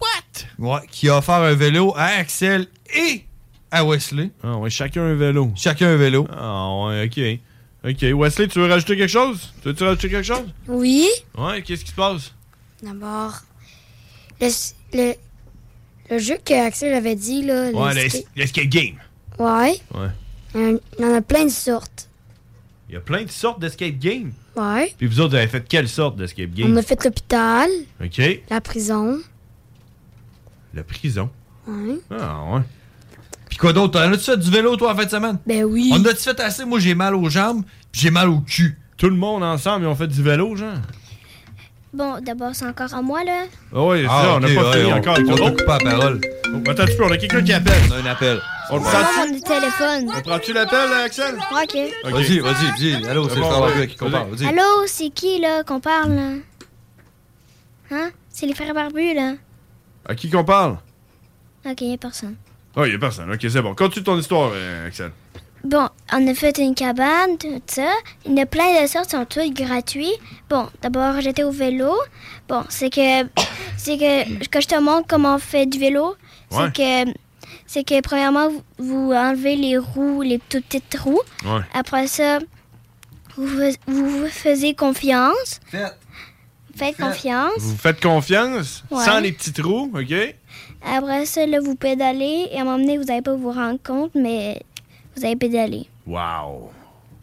S7: What? Ouais, qui a offert un vélo à Axel et à Wesley.
S6: Ah ouais, chacun un vélo.
S7: Chacun un vélo.
S6: Ah ouais, OK. OK. Wesley, tu veux rajouter quelque chose? Tu veux-tu rajouter quelque chose?
S11: Oui.
S6: Ouais, qu'est-ce qui se passe?
S11: D'abord, le, s- le, le jeu que Axel avait dit, là. le
S6: Ouais,
S11: skate-
S6: l'es- l'escape game.
S11: Ouais.
S6: Ouais.
S11: Il y en a plein de sortes.
S6: Il y a plein de sortes d'escape game.
S11: Ouais.
S6: Puis vous autres, vous avez fait quelle sorte d'escape game?
S11: On a fait l'hôpital,
S6: OK.
S11: la prison. hein,
S6: La prison.
S11: Ouais.
S6: Ah ouais.
S7: Puis quoi d'autre? On a-tu fait du vélo, toi, en fin de semaine?
S11: Ben oui.
S7: On a-tu fait assez? Moi, j'ai mal aux jambes, puis j'ai mal au cul.
S6: Tout le monde ensemble, ils ont fait du vélo, genre?
S8: Bon, d'abord, c'est encore à moi, là.
S6: Ah ouais, c'est
S7: Ah,
S6: ça, on
S7: ok,
S6: n'a pas
S7: ouais,
S6: fini
S7: on-
S6: encore.
S7: on
S6: Oh,
S7: coupe pas la parole.
S6: oh, attends un petit peu, on a quelqu'un qui appelle.
S7: On a un appel.
S6: On le
S8: Maman,
S6: prend-tu?
S8: mon téléphone.
S6: On prend-tu l'appel, là, Axel?
S8: Ok.
S6: Ok.
S7: Vas-y, vas-y, vas-y. Allô, c'est
S6: bon,
S7: le frère
S6: ouais,
S7: Barbecue qui compare. Vas-y.
S8: Allô, c'est qui, là, qu'on parle, là? Hein? C'est les frères barbus, là.
S6: À qui qu'on parle?
S8: Ok, y a personne.
S6: Oh, il y a personne. OK, c'est bon. Continue ton histoire, euh, Axel.
S8: Bon, on a fait une cabane, tout ça. Il y en a plein de sortes, sont toutes gratuits. Bon, d'abord, j'étais au vélo. Bon, c'est que, c'est que quand je te montre comment on fait du vélo,
S6: Ouais.
S8: c'est que, c'est que premièrement, vous, vous enlevez les roues, les toutes petites roues.
S6: Ouais.
S8: Après ça, vous fais- vous vous faisiez confiance.
S7: Faites.
S8: Faites confiance.
S6: Vous faites confiance,
S8: Hein? Ouais.
S6: sans les petits trous, OK?
S8: Après ça, là, vous pédalez et à un moment donné, vous n'allez pas vous rendre compte, mais vous allez pédaler.
S6: Wow.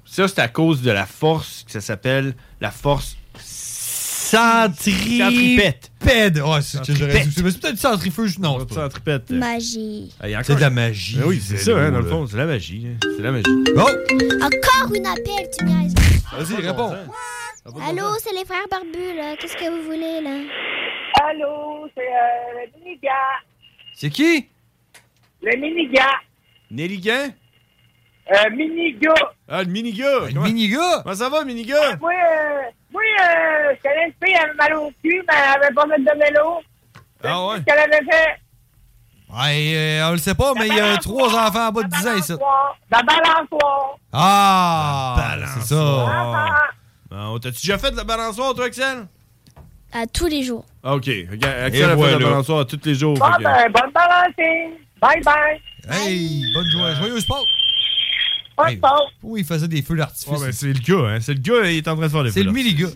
S6: Ça, c'est à cause de la force que ça s'appelle la force centripète.
S7: Pède! Ouais, c'est ce que j'aurais
S6: Centripète.
S7: dit. Mais c'est peut-être centrifuge, non.
S6: Centripète.
S8: Ah, Magie.
S7: C'est de la magie.
S6: oui, c'est ça,
S7: zéro,
S6: hein, dans le
S7: là.
S6: fond, c'est la magie. hein. C'est la magie.
S7: Oh!
S8: Encore une appel, tu niaises.
S7: Vas-y, réponds.
S6: Ah,
S8: Allô, c'est les frères Barbus, là. Qu'est-ce que vous voulez, là?
S12: Allô, c'est euh, le minigat.
S7: C'est qui?
S12: Le minigat.
S6: Néligan?
S12: Euh, minigat.
S6: Ah, le
S7: Ben,
S6: minigat. Le
S7: minigat.
S6: Comment ça va, minigat?
S12: Moi, euh, moi euh, je connais une fille, elle avait mal au cul, mais elle avait pas mettre de vélo.
S7: Ah ouais?
S12: Qu'est-ce qu'elle avait fait?
S7: Ouais, euh, on le sait pas, mais il y a trois enfants en bas de 10 ans, ici.
S6: Euh.
S12: La balançoire.
S7: Ah! C'est ça.
S6: Ah, on T'as-tu déjà fait de la balançoire, toi, Axel?
S8: À tous les jours.
S6: Ah, OK. Regarde,
S7: Et
S6: Axel a fait
S7: voilà.
S6: de la balançoire tous les jours.
S7: Ah,
S12: Bon,
S6: fait que-
S12: ben, bonne balancée. Bye bye.
S7: Hey, bonne joie. Joyeuse Pâques.
S12: Bonne Pâques.
S7: Oui, oh, il faisait des feux d'artifice.
S6: Ouais, ben, c'est le gars, hein. C'est le gars, il est en train de faire des
S7: C'est le mini-gars.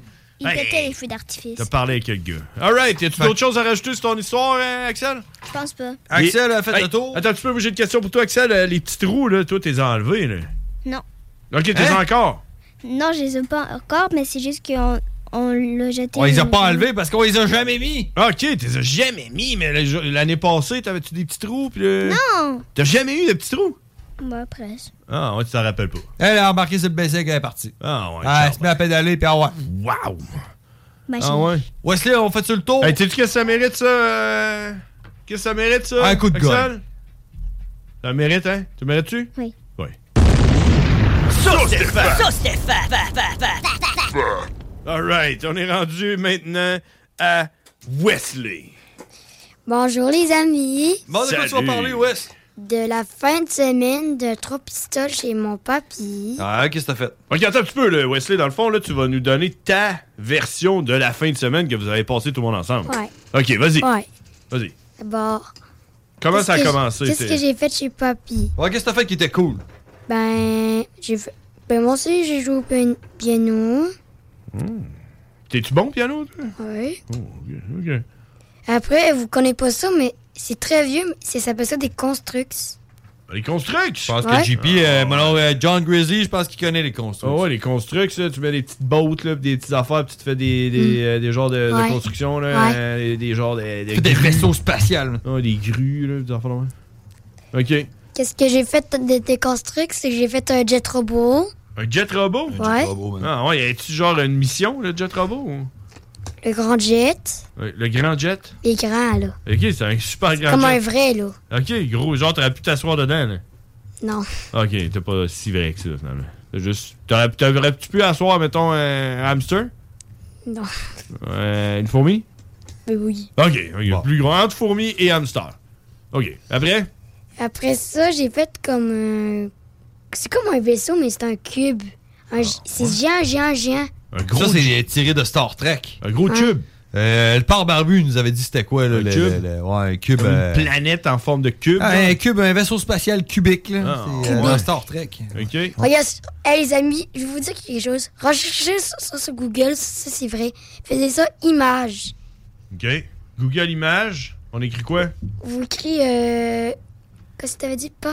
S8: Il pétait les feux d'artifice.
S6: T'as parlé avec le gars. All right, y tu d'autres choses à rajouter sur ton histoire, hein, Axel?
S8: Je pense pas.
S6: Axel
S7: a fait
S6: le tour. Attends, tu peux bouger de question pour toi, Axel. Euh, Les petits trous, là, toi, t'es enlevé, là.
S8: Non.
S6: OK, t'es encore.
S8: Non, je les ai pas encore, mais c'est juste qu'on on l'a jeté.
S6: On les a
S8: dans-
S6: pas enlevés parce qu'on les a jamais mis. Ah, OK, t'es jamais mis, mais le jour- l'année passée, t'avais-tu des petits trous? Puis le-
S8: Non!
S6: T'as jamais eu de petits trous?
S8: Bah, presque.
S6: Ah, ouais, tu t'en rappelles pas.
S7: Elle a embarqué sur le baiser quand elle est partie.
S6: Ah, ouais.
S7: elle se met à pédaler, puis ah ouais.
S6: Waouh!
S8: Machine.
S6: Ah, ouais.
S7: Wesley, on fait-tu le tour?
S6: Hey, tu sais qu'est-ce que ça mérite, ça? euh, Qu'est-ce que ça mérite, ça?
S7: Un coup de
S6: Axel?
S7: gueule.
S6: Ça le mérite, hein? Tu le mérites-tu?
S8: Oui.
S6: Oui. All right, on est rendu maintenant à Wesley.
S11: Bonjour les amis.
S6: Bon, de quoi tu vas Salut. parler, Wes?
S11: De la fin de semaine de trois pistoles chez mon papy.
S6: Ah, qu'est-ce que t'as fait? Ok, attends un petit peu, là, Wesley. Dans le fond, là, tu vas nous donner ta version de la fin de semaine que vous avez passé tout le monde ensemble.
S11: Ouais.
S6: Ok, vas-y.
S11: Ouais.
S6: Vas-y.
S11: Bon.
S6: Comment
S11: Qu'est-ce
S6: ça a
S11: que j-
S6: commencé?
S11: Qu'est-ce que j'ai fait chez papy?
S7: Ouais, qu'est-ce que t'as fait qui était cool?
S11: Ben, j'ai fait- Ben, moi aussi, j'ai joué au pian- piano.
S6: T'es-tu bon, piano? toi?
S11: Oui.
S6: Oh, Ok.
S11: Après, vous connaissez pas ça, mais c'est très vieux, mais c'est- ça s'appelle ça des constructs.
S6: Ben, Les constructs! Je
S7: pense
S11: Ouais.
S7: que JP, euh, mon nom, euh, John Grizzly, je pense qu'il connaît les constructs.
S6: Ah ouais, les constructs, là, tu mets des petites bottes, là, pis des petites affaires, puis tu te fais des, des,
S11: Mm.
S6: euh, des genres de, de
S7: Ouais.
S6: constructions, là,
S7: Ouais.
S6: euh, des, des genres de.
S7: Tu fais des vaisseaux spatiaux.
S6: Ah, des grues, là, pis des affaires, ouais. Ok.
S11: Qu'est-ce que j'ai fait de- des constructs? C'est que j'ai fait un jet robot.
S6: Un jet robot?
S11: Un jet Ouais. robot,
S6: Ah, ouais, y a-tu genre une mission, le jet robot? ou-
S11: Le grand jet.
S6: Ouais, Le grand jet?
S11: Les grands, là.
S6: Ok, c'est un super grand
S11: Comme un
S6: jet.
S11: vrai, là.
S6: Ok, gros, genre, t'aurais pu t'asseoir dedans, là.
S11: Non.
S6: Ok, t'es pas si vrai que ça, finalement. T'as juste. T'aurais t'aurais- tu pu asseoir, mettons, un hamster?
S11: Non.
S6: Euh, une fourmi?
S11: Mais oui.
S6: Ok, ok, plus grand entre fourmi et hamster. Ok, après?
S11: Après ça, j'ai fait comme un. C'est comme un vaisseau, mais c'est un cube. Un gi- C'est géant, géant, géant.
S7: ça, c'est tiré de Star Trek.
S6: Un gros
S11: Ouais. cube.
S7: Euh, le pare barbu nous avait dit c'était quoi, là, le,
S6: cube?
S7: le- le- ouais, un cube.
S6: Comme
S7: euh,
S6: Une planète en forme de cube.
S7: ah,
S6: là.
S7: un cube, un vaisseau spatial cubique, là.
S6: Ah,
S7: C'est, euh,
S6: ouais.
S7: dans Star Trek.
S6: Ok.
S11: Regarde, hey, les amis, je vais vous dire quelque chose. Recherchez ça sur, sur Google, ça c'est vrai. Faisais ça image.
S6: Ok. Google Images. On écrit quoi?
S11: Vous écrivez. Euh... Qu'est-ce que t'avais dit, pas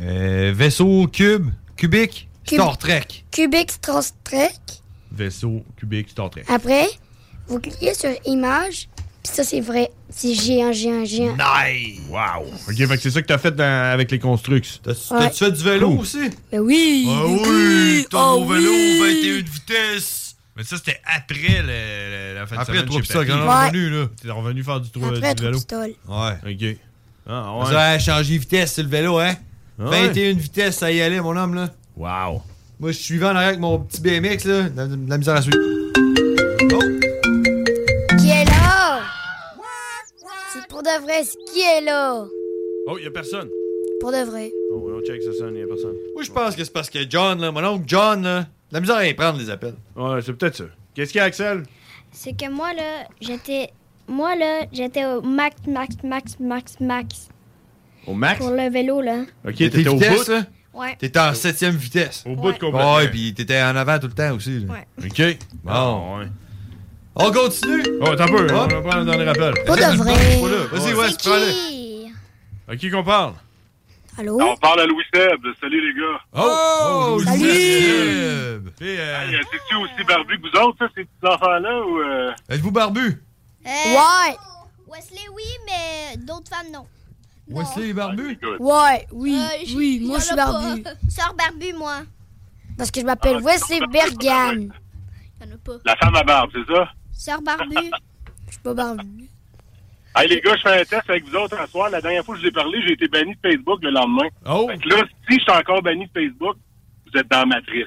S7: Euh, vaisseau cube, cubique,
S11: Cube.
S7: Star Trek.
S11: Cubic Trans Trek.
S6: Vaisseau cubique Star Trek.
S11: Après, vous cliquez sur image, puis ça c'est vrai. C'est géant, géant, géant.
S6: Nice! Wow! Ok, fait que c'est ça que t'as fait dans- avec les constructs. T'as-tu
S11: Ouais.
S6: fait du vélo
S7: Cool.
S6: aussi?
S11: Mais Ben oui!
S6: Ah
S7: oui,
S6: oui,
S7: ton
S6: oh
S7: vélo,
S6: oui.
S7: 21 de vitesse.
S6: Mais ça, c'était après le- le- la fin
S7: Après
S6: de
S7: trois
S6: semaine.
S7: pistoles, quand on est
S6: est
S7: Ouais. revenu, là.
S6: T'es revenu faire du, trois-
S7: Après
S6: du
S7: trois
S6: vélo.
S7: pistoles.
S6: Ouais. Ok. Ah, ouais.
S7: Ça a changé de vitesse sur le vélo, hein?
S6: Ah ouais.
S7: 21 vitesse, ça y allait, mon homme, là.
S6: Wow.
S7: Moi, je suivais en arrière avec mon petit BMX, là. De la, de la misère à suivre. Oh.
S11: Qui est là? C'est pour de vrai, c'est qui est là?
S6: Oh, y'a personne.
S11: Pour de vrai.
S6: Oh, on check, ça sonne, y'a personne.
S7: Moi, je pense que c'est parce que John, là, mon oncle John, là, de la misère à y prendre les appels.
S6: Ouais, c'est peut-être ça. Qu'est-ce qu'il y a, Axel?
S8: C'est que moi, là, j'étais. Moi, là, j'étais au max, max, max, max, max.
S6: Au max?
S8: Pour le vélo, là.
S6: Ok,
S7: T'étais
S6: t'étais au
S7: vitesse,
S6: bout?
S7: là?
S8: Ouais.
S7: T'étais en septième vitesse.
S6: Au bout de complètement.
S7: Ouais, puis t'étais en avant tout le temps aussi. là.
S8: Ouais.
S6: OK.
S7: Bon.
S6: Ah, ouais.
S7: On continue? Ah.
S6: Oh, t'as peu. On va prendre le dernier appel.
S11: Pas de vrai.
S6: Pas là. Vas-y, ouais, c'est prends-le. À qui qu'on parle?
S11: Allô?
S13: On parle à Louis Seb. Salut les gars.
S6: Oh!
S11: salut!
S13: Hey, euh, C'est-tu aussi barbu que vous autres, ça, ces petits enfants-là? ou euh,
S6: Êtes-vous barbu?
S11: ouais!
S14: Euh, Wesley, oui, mais d'autres femmes, non.
S7: Wesley est barbu?
S13: Ah,
S11: Ouais, oui,
S14: Euh, j-
S11: oui,
S14: il y
S11: moi
S14: en
S11: je suis
S14: a pas.
S11: barbu.
S14: Sœur barbu, moi.
S11: Parce que je m'appelle
S13: Ah,
S11: Wesley Bergan.
S14: Il y en a pas.
S13: La femme à barbe, c'est ça?
S14: Sœur barbu.
S11: Je suis pas barbu.
S13: Hey, les gars, je fais un test avec vous autres un soir. La dernière fois que je vous ai parlé, j'ai été banni de Facebook le lendemain.
S6: Oh!
S13: Fait que là, si je suis encore banni de Facebook, vous êtes dans la matrice.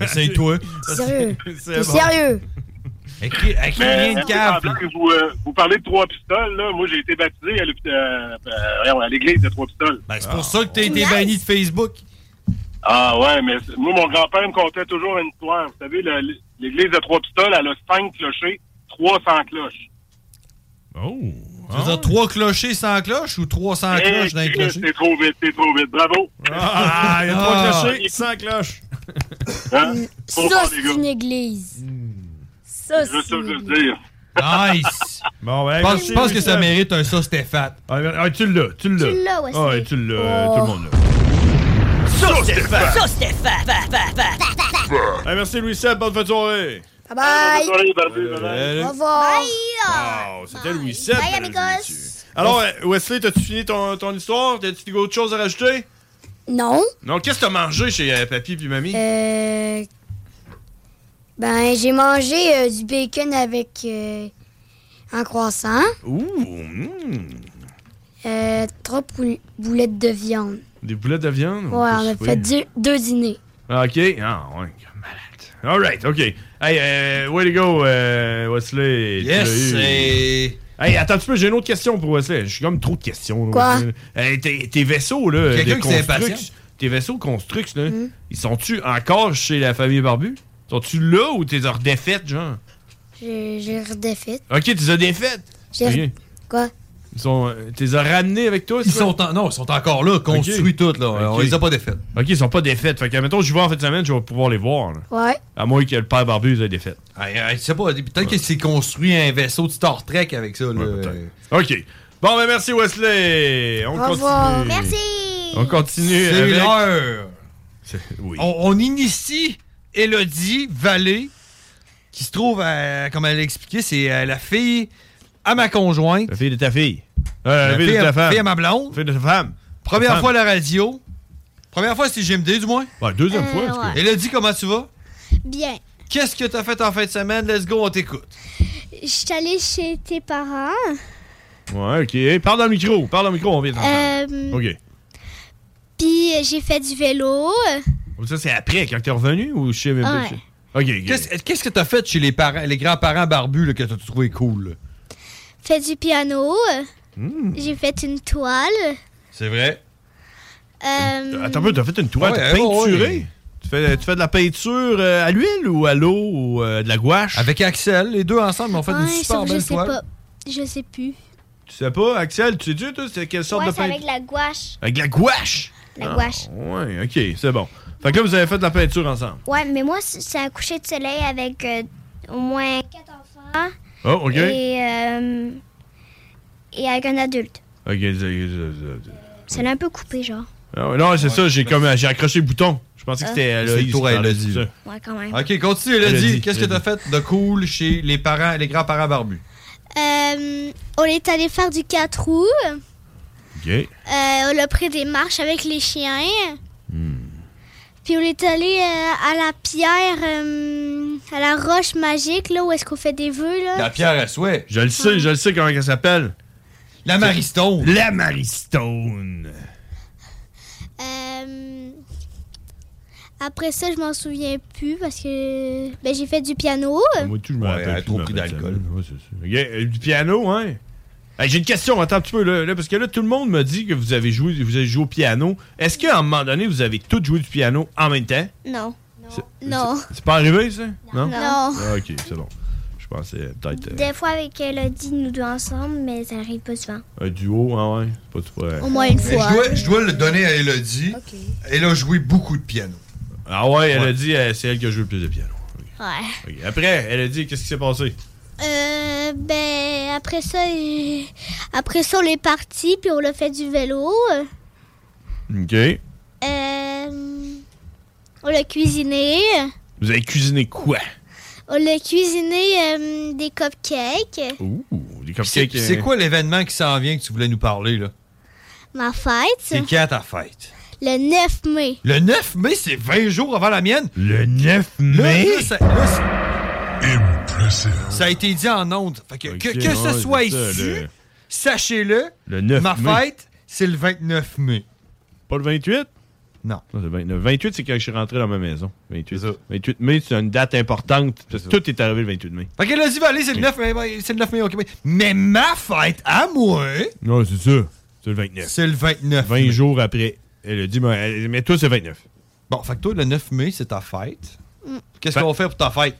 S6: Essaye-toi.
S11: Sérieux?
S6: T'es
S13: bon.
S11: sérieux?
S13: Mais,
S7: rien de
S13: euh,
S7: cave,
S13: semblant que vous, euh, vous parlez de trois pistoles, là. Moi, j'ai été baptisé à l'hôpital- euh, euh, à l'église de trois pistoles.
S7: Ben, C'est pour ça que t'as été banni de Facebook.
S13: Ah ouais, mais c'est- moi, mon grand-père me contait toujours une histoire. Vous savez, le- l'église de Trois-Pistoles, elle a cinq clochers, 300 cloches.
S6: Oh!
S7: Tu veux dire trois clochers sans cloche ou 300
S13: Eh,
S7: cloches dans les
S13: Christ,
S7: clochers?
S13: C'est trop vite, c'est trop vite. Bravo!
S6: Ah, il y a trois
S7: Ah.
S6: clochers, 100 cloches.
S13: Hein? Faut
S11: Ça,
S13: faire,
S11: c'est
S13: les gars.
S11: une église. Ça,
S13: Je veux
S11: c'est
S13: ça,
S11: une
S13: je
S11: église.
S13: veux dire.
S7: Ah, Nice!
S6: Bon, ben,
S7: Je pense,
S6: merci,
S7: je pense que ça
S6: Louis-Seb.
S7: mérite un ça, c'était fat.
S6: Ah, ben, ah, tu l'as, tu l'as.
S7: Tu l'as, Wesley.
S6: Ah, ouais, tu l'as,
S7: Oh.
S6: tout le monde l'a.
S5: Stéphane.
S6: Ah, merci Louis Seb, bonne fin de soirée.
S11: Bye bye!
S6: Euh,
S11: Au revoir!
S6: wow, c'était Louis Seb.
S14: Bye,
S6: mesdames et messieurs.
S14: amigos.
S6: Alors, euh, Wesley, t'as-tu fini ton, ton histoire? T'as-tu autre chose à rajouter?
S11: Non?
S6: Non, qu'est-ce que t'as mangé chez euh, papy puis mamie?
S11: Euh. Ben, j'ai mangé euh, du bacon avec euh, un croissant,
S6: Ouh, mm,
S11: euh, trois poul- boulettes de viande.
S6: des boulettes de viande?
S11: Ouais, on a
S6: peut se
S11: fait
S6: faire.
S11: deux, deux dîners.
S6: Ah, OK. Ah, ouais, comme malade. All right, OK. Hey, euh, way to go, euh, Wesley. Tu
S7: Yes, euh,
S6: l'as eu.
S7: et-
S6: Hey, attends un petit peu, j'ai une autre question pour Wesley. J'ai comme trop de questions. là,
S7: Quoi?
S6: Wesley. Hey, tes, tes vaisseaux, là,
S7: Quelqu'un
S6: des
S7: qui s'est
S6: Constructs,
S7: impatient.
S6: tes vaisseaux Constructs, là,
S11: Hmm.
S6: ils sont-tu encore chez la famille Barbu? Sont-tu là ou t'es hors défaite, genre?
S11: J'ai j'ai redéfait.
S6: OK, tu les as défaites.
S11: J'ai re-
S6: OK.
S11: Quoi?
S6: Ils sont, euh, t'es as ramenés avec toi? Ils sont
S7: non, ils sont encore là, construits toutes, là. On les a pas défaites.
S6: OK, ils sont pas défaites. Fait que, mettons, je vais en fin de semaine, je vais pouvoir les voir. là.
S11: Ouais.
S6: À moins que le père Barbu les ait défaites.
S7: Hey, hey, Je sais pas, peut-être qu'il s'est construit un vaisseau de Star Trek avec ça, là. euh.
S6: OK. Bon, ben merci Wesley. On
S7: Au revoir.
S6: continue.
S14: Merci.
S6: On continue.
S7: C'est
S6: avec-
S7: l'heure.
S6: C'est- Oui.
S7: On, on initie Elodie Vallée, qui se trouve, à- comme elle l'a expliqué, c'est euh, la fille à ma conjointe. La
S6: fille de ta fille. Euh,
S7: la
S6: la fille de
S7: à-
S6: ta femme.
S7: fille à ma blonde.
S6: Fille de ta femme.
S7: Première
S6: Ta femme.
S7: fois à la radio. Première fois, c'est GMD, du moins.
S6: Ouais, deuxième
S14: Euh, fois, en tout cas. ouais.
S7: Elodie, comment tu vas?
S14: Bien.
S7: Qu'est-ce que t'as fait en fin de semaine? Let's go, on t'écoute.
S14: Je suis allée chez tes parents.
S6: Ouais, OK. Parle dans le micro. Parle dans le micro, on vient
S14: Euh,
S6: t'entendre. Ah, OK.
S14: Puis euh, j'ai fait du vélo.
S6: Ça, c'est après, quand t'es revenu ou chez même
S14: Ouais.
S7: Qu'est-ce qu'est-ce que t'as fait chez les parents, les grands-parents barbus là, que t'as trouvé cool? là?
S14: Fait du piano.
S6: Hmm.
S14: J'ai fait une toile.
S7: C'est vrai?
S14: Euh,
S6: Attends un peu, t'as fait une toile,
S7: Ouais,
S6: t'as
S7: ouais,
S6: peinturé.
S7: ouais.
S6: Tu, fais, tu fais de la peinture euh, à l'huile ou à l'eau ou euh, de la gouache?
S7: Avec Axel, les deux ensemble, on fait
S14: ouais,
S7: une super
S14: sauf
S7: belle
S14: je sais
S7: toile.
S14: pas. Je sais plus.
S6: Tu sais pas, Axel, tu sais-tu, toi, c'est quelle sorte
S14: ouais,
S6: de
S14: c'est
S6: peinture?
S14: avec la gouache.
S6: Avec de la gouache!
S14: La
S6: Ah,
S14: gouache.
S6: Ouais, ok, c'est bon. Fait que là, vous avez fait de la peinture ensemble.
S14: Ouais, mais moi, c- c'est un coucher de soleil avec euh, au moins quatre enfants.
S6: Oh, ok.
S14: Et, euh, et avec un adulte.
S6: Ok, c'est- c'est- c'est-
S14: Ça l'a un peu coupé, genre.
S6: Ah ouais, non, c'est ça, j'ai comme j'ai accroché le bouton. Je pensais que
S14: Ah.
S6: c'était
S7: C'est le
S6: Aloïs.
S7: tour à
S6: qui parlait de
S7: Elodie,
S6: ça.
S7: là.
S14: Ouais, quand même.
S7: Ok, continue,
S6: Elodie,
S7: Elodie. Qu'est-ce que t'as
S6: Elodie.
S7: fait de cool chez les parents, les grands-parents barbus?
S14: Euh, on est allé faire du 4 roues. Euh,
S6: Ok.
S14: on a pris des marches avec les chiens. Puis on est allé euh, à la pierre, euh, à la roche magique, là où est-ce qu'on fait des vœux. Là.
S7: pierre à souhait.
S6: Je le sais, je le sais comment elle s'appelle.
S7: La Maristone.
S6: La Maristone.
S14: Euh, après ça, je m'en souviens plus parce que ben, j'ai fait du piano.
S6: Moi, tout, je me
S7: Ouais,
S6: rappelle.
S7: elle a
S6: plus
S7: trop
S6: de ma
S7: pris
S6: fin de
S7: d'alcool.
S6: semaine. Ouais, c'est ça. Ok, euh, Du piano, hein? Hey, J'ai une question, attends un petit peu, là, là, parce que là, tout le monde me dit que vous avez joué, vous avez joué au piano. Est-ce qu'à un moment donné, vous avez tous joué du piano en même temps?
S14: Non.
S6: C'est-
S14: Non.
S6: C'est pas arrivé, ça? Non?
S14: Non.
S6: Ah, ok, c'est bon. Je pensais euh, peut-être euh,
S14: Des fois avec Elodie, nous deux ensemble, mais ça arrive pas souvent.
S6: un duo, ah ouais? Pas tout près.
S14: Au moins une
S7: Mais
S14: fois.
S7: Je dois, je dois le donner à Elodie. Elle a joué beaucoup de piano.
S6: Ah ouais, elle
S7: Ouais.
S6: a dit, euh, c'est elle qui a joué le plus de piano. Ok.
S14: Ouais.
S6: Ok, Après, elle a dit qu'est-ce qui s'est passé?
S14: Euh, ben, après ça, j'ai- après ça, on est parti, puis on a fait du vélo.
S6: OK.
S14: Euh, on l'a cuisiné.
S6: Vous avez cuisiné quoi?
S14: On l'a cuisiné euh, des cupcakes.
S6: Des
S7: C'est
S6: cupcakes,
S7: c'est
S6: euh,
S7: quoi l'événement qui s'en vient que tu voulais nous parler, là?
S14: Ma fête.
S7: C'est quand ta fête?
S14: Le 9 mai.
S7: Le 9 mai, c'est 20 jours avant la mienne. Le 9
S6: mai?
S7: ça, là, c'est- Ça a été dit en ondes. Fait que, que,
S6: Ok,
S7: que ce
S6: ouais,
S7: soit
S6: c'est ça,
S7: ici,
S6: le-
S7: sachez-le,
S6: Le 9
S7: ma
S6: mai.
S7: fête, c'est le 29 mai.
S6: Pas le 28?
S7: Non.
S6: c'est le 29. 28, c'est quand je suis rentré dans ma maison. 28, 28 mai, c'est une date importante. parce que tout est arrivé le 28 mai.
S7: Fait que là, vas-y, c'est le 9 mai, ouais, c'est le 9 mai, ok. mais- Mais ma fête à moi,
S6: Non, c'est ça. C'est le 29.
S7: C'est le 29.
S6: 20 jours après. euh, Elle a dit, mais, elle- mais toi, c'est 29.
S7: Bon, fait que toi, le 9 mai, c'est ta fête.
S14: Mm.
S7: Qu'est-ce qu'on va faire pour ta fête?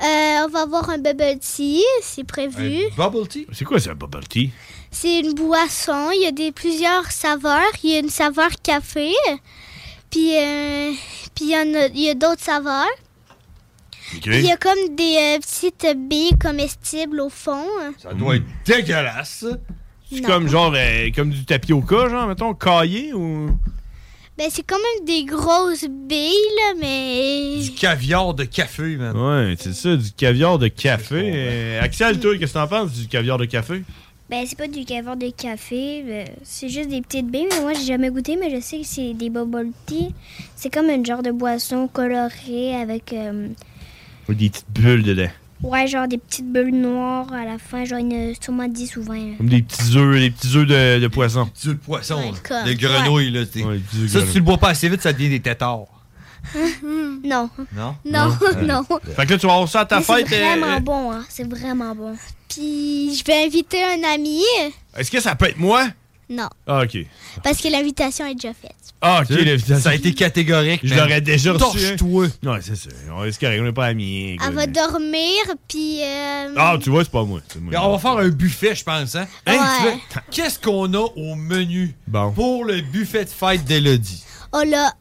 S14: Euh, on va avoir un bubble tea, c'est prévu.
S7: Bubble tea?
S6: C'est quoi ça, bubble tea?
S14: C'est une boisson, il y a des, plusieurs saveurs. Il y a une saveur café, puis euh, puis il y, en a- il y a d'autres saveurs. Puis Il y a comme des euh, petites billes comestibles au fond.
S7: Ça doit être dégueulasse. ça.
S6: C'est
S14: Non.
S6: comme genre, euh, comme du tapioca, genre, mettons, caillé ou.
S14: Ben, c'est quand même des grosses billes, là, mais...
S7: Caviar de café, man.
S6: Ouais, c'est ça, du caviar de café. Euh, Axel, toi, qu'est-ce que t'en penses du caviar de café?
S15: Ben, c'est pas du caviar de café, ben, c'est juste des petites baies, mais moi j'ai jamais goûté, mais je sais que c'est des bubble tea. C'est comme un genre de boisson colorée avec, euh,
S6: Ou des petites bulles dedans.
S15: ouais, genre des petites bulles noires à la fin, genre il y en a sûrement 10 ou 20. là.
S6: Comme des petits œufs, des petits œufs de, de poisson.
S7: Des œufs de poisson,
S15: Ouais, là. comme-
S7: Des grenouilles, là. t'es- ça, si tu le bois pas assez vite, ça devient des têtards.
S11: Mhm.
S15: non.
S7: Non?
S15: Non, non.
S6: Fait que là, tu vas avoir ça à ta
S15: Mais
S6: fête.
S15: C'est vraiment
S6: euh,
S15: bon, hein. C'est vraiment bon.
S14: Puis je vais inviter un ami.
S6: Est-ce que ça peut être moi?
S14: Non,
S6: Ah, ok.
S14: parce que l'invitation est déjà faite.
S6: Ah, ok,
S7: Tu sais,
S6: l'invitation.
S7: ça a été catégorique.
S6: Je
S7: man.
S6: l'aurais déjà reçu. hein.
S7: Torche-toi.
S6: Ouais, c'est ça. On est correct, on n'est pas amis.
S14: Elle va dormir, puis... euh,
S6: Ah, tu vois, c'est pas moi. c'est moi.
S7: Mais on va faire un buffet, je pense. Hein? Hein, tu veux- Qu'est-ce qu'on a au menu pour le buffet de fête d'Elodie?
S14: On a,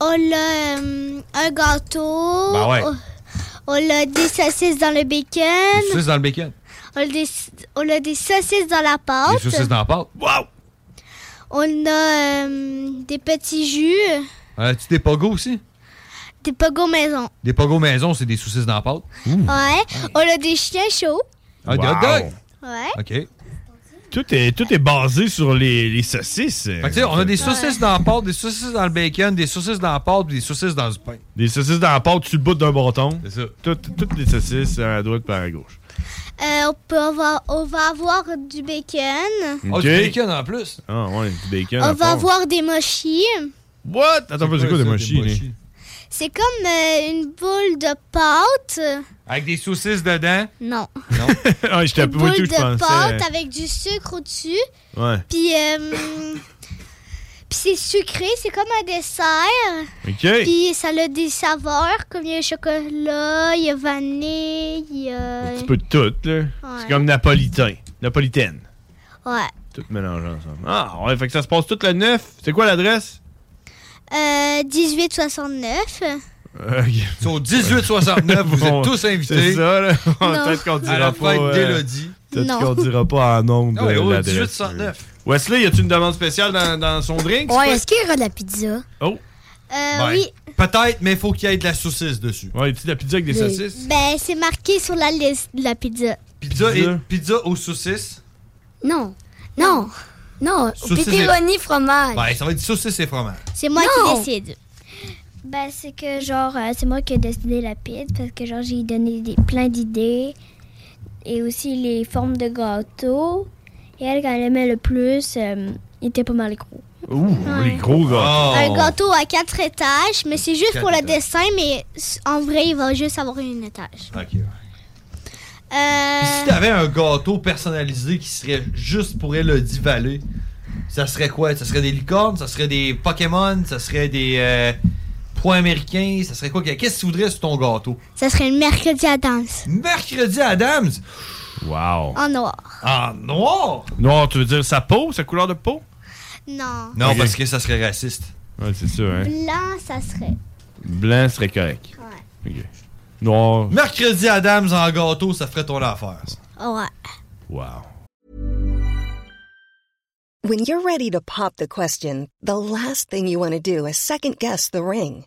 S14: on a euh, un gâteau.
S7: Ben ouais.
S14: On a des saucisses dans le bacon.
S7: Saucisse dans le bacon.
S14: On a des, on a des saucisses dans la
S7: Des
S14: pâte.
S7: saucisses dans la pâte. Wow!
S14: On a euh, des petits jus.
S7: Euh, tu des pogos aussi?
S14: Des pogos maison.
S7: Des pogos maison, c'est des saucisses dans la pâte.
S14: Ouais. On a des chiens chauds.
S7: Ah, des hot
S6: Wow.
S7: dogs.
S14: Ouais.
S7: OK.
S6: Tout est, tout est basé sur les, les saucisses.
S7: Fait que, tu sais, on a des saucisses dans la pâte, des saucisses dans le bacon, des saucisses dans la pâte, puis des saucisses dans du pain.
S6: Des saucisses dans la pâte, tu le bout d'un bâton. C'est ça. Toutes, toutes les saucisses à la droite par à gauche.
S14: Euh, on, peut avoir, on va avoir du bacon.
S6: Oh, du Ok.
S7: Ah, bacon en plus.
S6: Ah, ouais, du bacon. à
S14: On va
S6: part.
S14: avoir des mochis.
S6: What? Attends, c'est quoi des machines?
S14: C'est comme euh, une boule de pâte.
S7: Avec des saucisses dedans.
S14: Non.
S7: Non.
S6: ah, j'étais un peu
S14: boule
S6: tout,
S14: de
S6: je pensais.
S14: pâte avec du sucre au-dessus.
S6: Ouais.
S14: Puis, euh, puis c'est sucré, c'est comme un dessert.
S6: OK.
S14: Puis ça a des saveurs, comme il y a chocolat, il y a vanille, il y a...
S6: Un petit peu de tout, là. C'est comme napolitain. Napolitaine.
S14: Ouais.
S6: Tout mélangé ensemble. Ah, ouais, fait que ça se passe tout le 9. C'est quoi l'adresse?
S14: Euh, 1869.
S7: C'est au 1869, vous
S6: Bon,
S7: êtes tous invités.
S6: C'est ça, là.
S14: Non.
S6: Peut-être qu'on dira
S7: À la
S6: pas.
S7: fête
S6: euh,
S7: d'Élodie.
S6: Peut-être
S7: Non.
S6: qu'on dira pas en nombre.
S7: Ah ouais, au
S6: l'adresse.
S7: 1869.
S6: Wesley, y a-tu une demande spéciale dans, dans son drink?
S11: Ouais, est-ce qu'il y aura de la pizza?
S6: Oh!
S14: Euh, oui.
S7: Ben, Peut-être, mais il faut qu'il y ait de la saucisse dessus.
S6: Ouais, y a-tu de la pizza avec des
S14: Mais- Ben, c'est marqué sur la liste de la pizza.
S7: Pizza, et, pizza aux saucisses.
S11: Non. Non. Non.
S7: Saucisse
S11: Pepperoni, fromage.
S7: Ben, ça va être saucisses et fromage.
S14: C'est moi
S11: Non.
S14: qui décide.
S15: Ben, c'est que genre, euh, c'est moi qui ai décidé la pizza parce que genre, j'ai donné des, plein d'idées et aussi les formes de gâteaux. Et elle, quand elle aimait le plus, euh, il était pas mal gros.
S6: Ouh, les gros
S7: Oh. Ah.
S6: gars.
S14: Un gâteau à quatre étages, mais c'est juste
S6: Quatre
S14: pour le
S6: étages.
S14: dessin, mais s- en vrai, il va juste avoir un étage.
S7: Ok. Si
S14: Euh,
S7: t'avais un gâteau personnalisé qui serait juste pour Elodie Vallée, ça serait quoi? Ça serait des licornes, ça serait des Pokémon, ça serait des euh, points américains, ça serait quoi? Qu'est-ce que tu voudrais sur ton gâteau?
S14: ça serait le mercredi à danse.
S7: Mercredi Adams!
S6: Wow!
S14: En noir.
S7: En noir!
S6: Noir, tu veux dire sa peau, sa couleur de peau?
S14: Non.
S7: Non,
S6: Ok.
S7: parce que ça serait raciste.
S6: Ouais, c'est ça, hein.
S14: Blanc, ça serait.
S6: Blanc serait correct.
S14: Ouais.
S6: Ok. Non.
S7: Mercredi Adams en gâteau, ça ferait ton affaire. ça.
S14: Ouais.
S6: Wow.
S16: When you're ready to pop the question, the last thing you want to do is second guess the ring.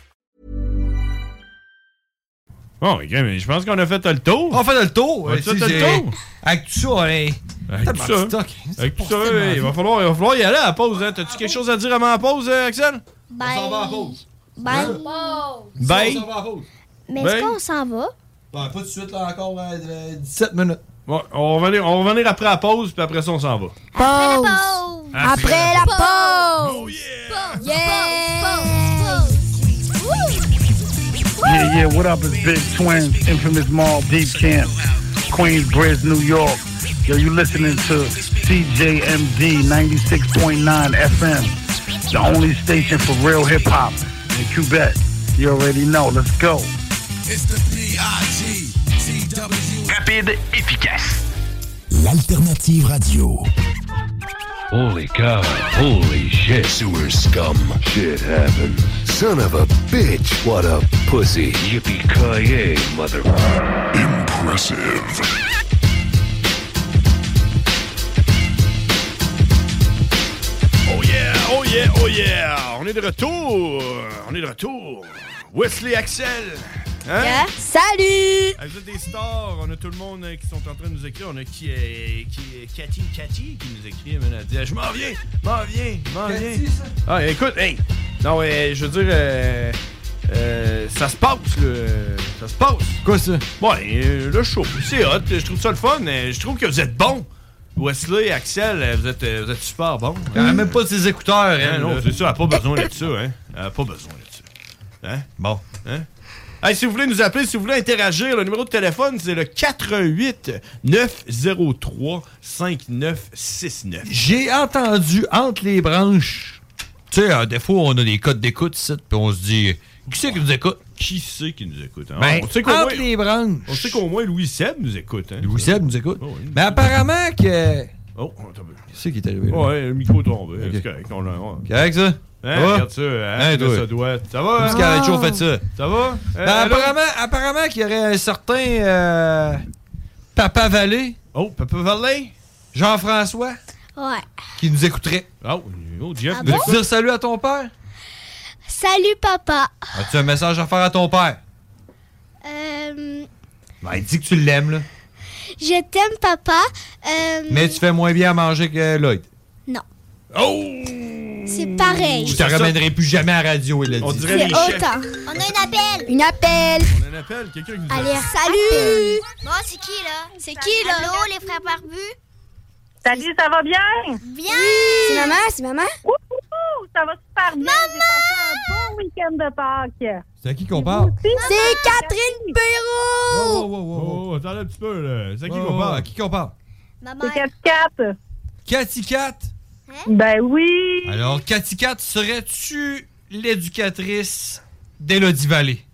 S6: Bon, ok, Oh, mais je pense qu'on a fait le tour.
S7: On fait le tour.
S6: On a
S7: euh,
S6: fait
S7: si
S6: le
S7: j'ai-
S6: tour.
S7: Avec tout ça, on est.
S6: Avec tout
S7: Tellement de
S6: ça,
S7: stock. hein,
S6: avec tout ça,
S7: tellement
S6: hey, il, va
S7: vite.
S6: falloir, il va falloir y aller à la pause. Hein. T'as-tu quelque chose à dire avant la pause, euh, Axel?
S8: Bye.
S7: On s'en va à pause. Hein?
S8: Bye.
S6: Bye.
S7: On s'en va à pause.
S8: Mais
S6: Bye.
S8: est-ce qu'on s'en va?
S7: Ben, pas tout de suite, là, encore euh, euh, 17 minutes.
S6: Bon, on, va revenir, on va revenir après la pause, puis après ça, on s'en va.
S17: Pause. Après la pause. Yeah.
S18: Yeah, yeah, what up? It's Big Twins, Infamous Mall, Deep Camp, Queensbridge, New York. Yo, you listening to CJMD 96.9 FM, the only station for real hip hop in Quebec. You already know. Let's go.
S19: It's the P-I-G-T-W. Rapide, efficace.
S20: L'alternative radio.
S21: Holy cow. Holy shit. Sewer scum. Shit happened. Son of a bitch. What a pussy. Yippee-ki-yay, mother... Impressive.
S6: Oh yeah, oh yeah, oh yeah! On est de retour! On est de retour! Wesley Axel! Hein?
S17: Yeah. Salut!
S6: Ah, Vous êtes des stars, on a tout le monde euh, qui sont en train de nous écrire. On a qui est. qui est Cathy, Cathy qui nous écrit, mais elle dit Je m'en viens! M'en viens! M'en viens! Ah, écoute, hey! Non, mais je veux dire, euh, euh, ça se passe, là. Ça se passe.
S7: Quoi, ça?
S6: Bon, euh, le show, c'est hot. Je trouve ça le fun. euh, Je trouve que vous êtes bons. Wesley, Axel, euh, vous êtes, euh, vous êtes super bons.
S7: Elle a même pas ses écouteurs,
S6: Hein,
S7: elle,
S6: non,
S7: là.
S6: c'est ça, elle a pas besoin de ça, hein. Elle a pas besoin de ça. Hein? Bon. Hein? Hey, si vous voulez nous appeler, si vous voulez interagir, le numéro de téléphone, c'est le 88 903 5969.
S7: J'ai entendu entre les branches. Tu sais, euh, des fois, on a des codes d'écoute ici, puis on se dit euh, Qui c'est qui nous écoute
S6: Qui c'est qui nous écoute hein?
S7: Ben,
S6: On sait qu'au moins-
S7: entre les branches.
S6: On sait qu'au moins Louis Seb nous écoute. Hein?
S7: Louis Seb nous écoute.
S6: Oh, oui.
S7: Mais apparemment que.
S6: Oh, attends un peu.
S7: C'est qui est arrivé. là?
S6: Ouais, le micro est tombé. C'est correct. On l'a. on-
S7: Correct, ça?
S6: Hein,
S7: va?
S6: regarde ça, hein,
S7: Hein,
S6: là,
S7: toi?
S6: ça doit- ça va,
S7: Parce
S6: hein?
S7: qu'elle a toujours
S6: Ah.
S7: fait ça.
S6: Ça va?
S7: Ben,
S6: Euh, allô?
S7: apparemment, apparemment qu'il y aurait un certain euh, Papa Vallée.
S6: Oh, Papa Vallée?
S7: Jean-François
S14: Ouais.
S7: qui nous écouterait.
S6: Oh, Jeff.
S14: Ah
S7: Veux-tu
S14: bon?
S7: dire salut à ton père?
S14: Salut, papa.
S7: As-tu un message à faire à ton père?
S14: Euh,
S7: Ben, dis que tu l'aimes, là.
S14: je t'aime, papa. Euh,
S7: Mais tu fais moins bien à manger que Lloyd.
S14: Non.
S6: Oh!
S14: C'est pareil.
S7: Je te ramènerai plus jamais à la radio, il a dit. On
S14: C'est hein? autant. On a un appel. Une appel.
S6: Un appel, quelqu'un qui nous
S14: Allez,
S6: appelle.
S14: salut. Bon, c'est qui, là? C'est qui, là?
S11: Allô,
S14: les frères barbus?
S17: Salut, ça va bien?
S14: Bien.
S11: C'est maman, c'est maman?
S17: Ouh, ça va super bien. J'ai passé un bon week-end de Pâques.
S7: C'est à qui qu'on parle?
S17: C'est Catherine
S7: Oh,
S17: Perrault!
S7: oh, oh, oh.
S6: Oh, attendez un petit peu, là. C'est à qui
S7: Oh,
S6: qu'on parle?
S7: À qui qu'on parle?
S17: C'est Cat Cat.
S7: Cathy Cat.
S17: Ben oui.
S7: Alors, Cathy Cat, serais-tu l'éducatrice d'Elodie Vallée?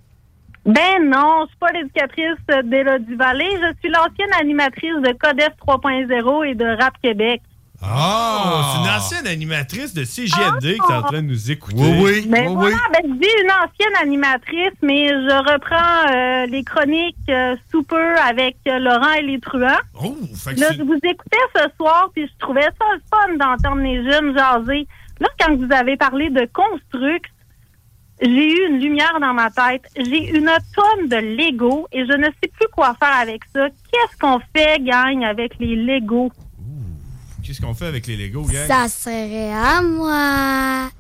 S17: Ben non, je suis pas l'éducatrice d'Élodie Vallée. Je suis l'ancienne animatrice de Codef 3.0 et de Rap Québec.
S7: Ah!
S6: Oh, c'est une ancienne animatrice de CGMD qui est en train de nous écouter.
S7: Oui, oui.
S17: Ah! Ben voilà, ben, je dis une ancienne animatrice, mais je reprends euh, les chroniques euh, sous peu avec euh, Laurent et les truands.
S6: fait que
S17: Là,
S6: c'est-
S17: je vous écoutais ce soir, puis je trouvais ça le fun d'entendre les jeunes jaser. Là, quand vous avez parlé de Construct, j'ai eu une lumière dans ma tête. J'ai une tonne de Lego et je ne sais plus quoi faire avec ça. Qu'est-ce qu'on fait, gagne, avec les Lego?
S6: Qu'est-ce qu'on fait avec les Legos, gang?
S11: Ça serait à moi.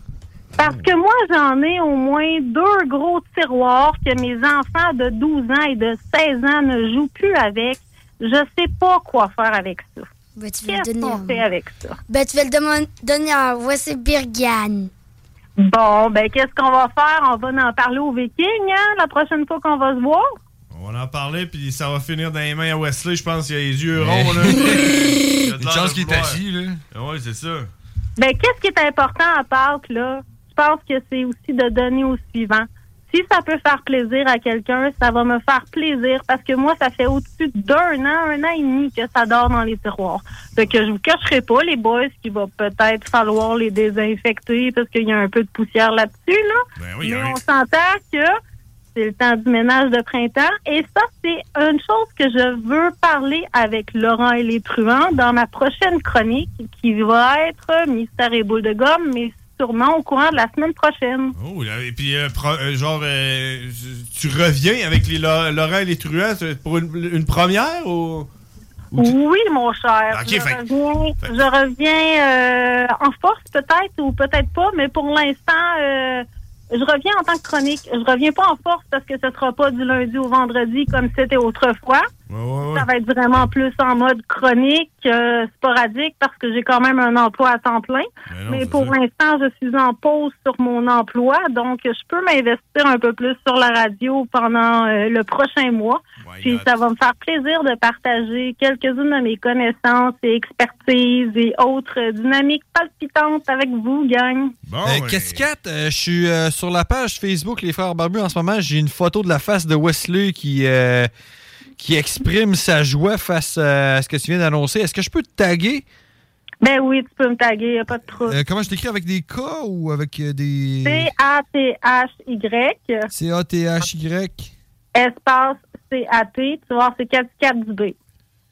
S17: Parce que moi, j'en ai au moins deux gros tiroirs que mes enfants de 12 ans et de 16 ans ne jouent plus avec. Je sais pas quoi faire avec ça.
S11: Ben, tu vas le
S17: Qu'est-ce
S11: donner à
S17: qu'on fait
S11: moi.
S17: avec ça?
S11: Ben, tu vas le demon- donner à moi. C'est Birgane.
S17: Bon, ben, qu'est-ce qu'on va faire? On va en parler aux Vikings, hein, la prochaine fois qu'on va se voir?
S6: On va en parler, puis ça va finir dans les mains à Wesley. Je pense qu'il a les yeux ronds, là. Il a de
S7: Une
S6: l'air
S7: chance
S6: de
S7: qu'il est
S6: vouloir.
S7: assis, là.
S6: Ouais, c'est ça.
S17: Ben, qu'est-ce qui est important à Pâques, là? Je pense que c'est aussi de donner au suivant. Si ça peut faire plaisir à quelqu'un, ça va me faire plaisir parce que moi, ça fait au-dessus d'un an, un an et demi que ça dort dans les tiroirs. Fait que je vous cacherai pas, les boys, qu'il va peut-être falloir les désinfecter parce qu'il y a un peu de poussière là-dessus, là.
S6: oui,
S17: Mais
S6: oui.
S17: on s'entend que c'est le temps du ménage de printemps. Et ça, c'est une chose que je veux parler avec Laurent et les truands dans ma prochaine chronique qui va être Mystère et boule de gomme, mais sûrement au courant de la semaine prochaine.
S6: Oh, là, et puis, euh, pro- euh, genre, euh, tu reviens avec les Lo- Laurent et les Truands c'est pour une, une première ou. ou tu-
S17: Oui, mon cher.
S6: Ok,
S17: je,
S6: fait-
S17: reviens, je reviens, euh, en force peut-être ou peut-être pas, mais pour l'instant, euh, je reviens en tant que chronique. Je reviens pas en force parce que ce sera pas du lundi au vendredi comme c'était autrefois. Ça va être vraiment plus en mode chronique, euh, sporadique, parce que j'ai quand même un emploi à temps plein.
S6: Mais,
S22: non, c'est
S17: pour
S22: ça.
S17: l'instant, je suis en pause sur mon emploi, donc je peux m'investir un peu plus sur la radio pendant euh, le prochain mois. Puis ça va me faire plaisir de partager quelques-unes de mes connaissances et expertises et autres dynamiques palpitantes avec vous, gang.
S7: Euh, Qu'est-ce qu'il y a? Euh, je suis euh, sur la page Facebook Les Frères Barbus en ce moment. J'ai une photo de la face de Wesley qui, euh, qui exprime sa joie face euh, à ce que tu viens d'annoncer. Est-ce que je peux te taguer?
S17: Ben oui, tu peux me taguer, y a pas de trouble.
S7: Euh, comment je t'écris avec des K ou avec euh, des.
S17: C-A-T-H-Y.
S7: C-A-T-H-Y.
S17: Espace C-A-T. Tu vois, c'est 4 du B.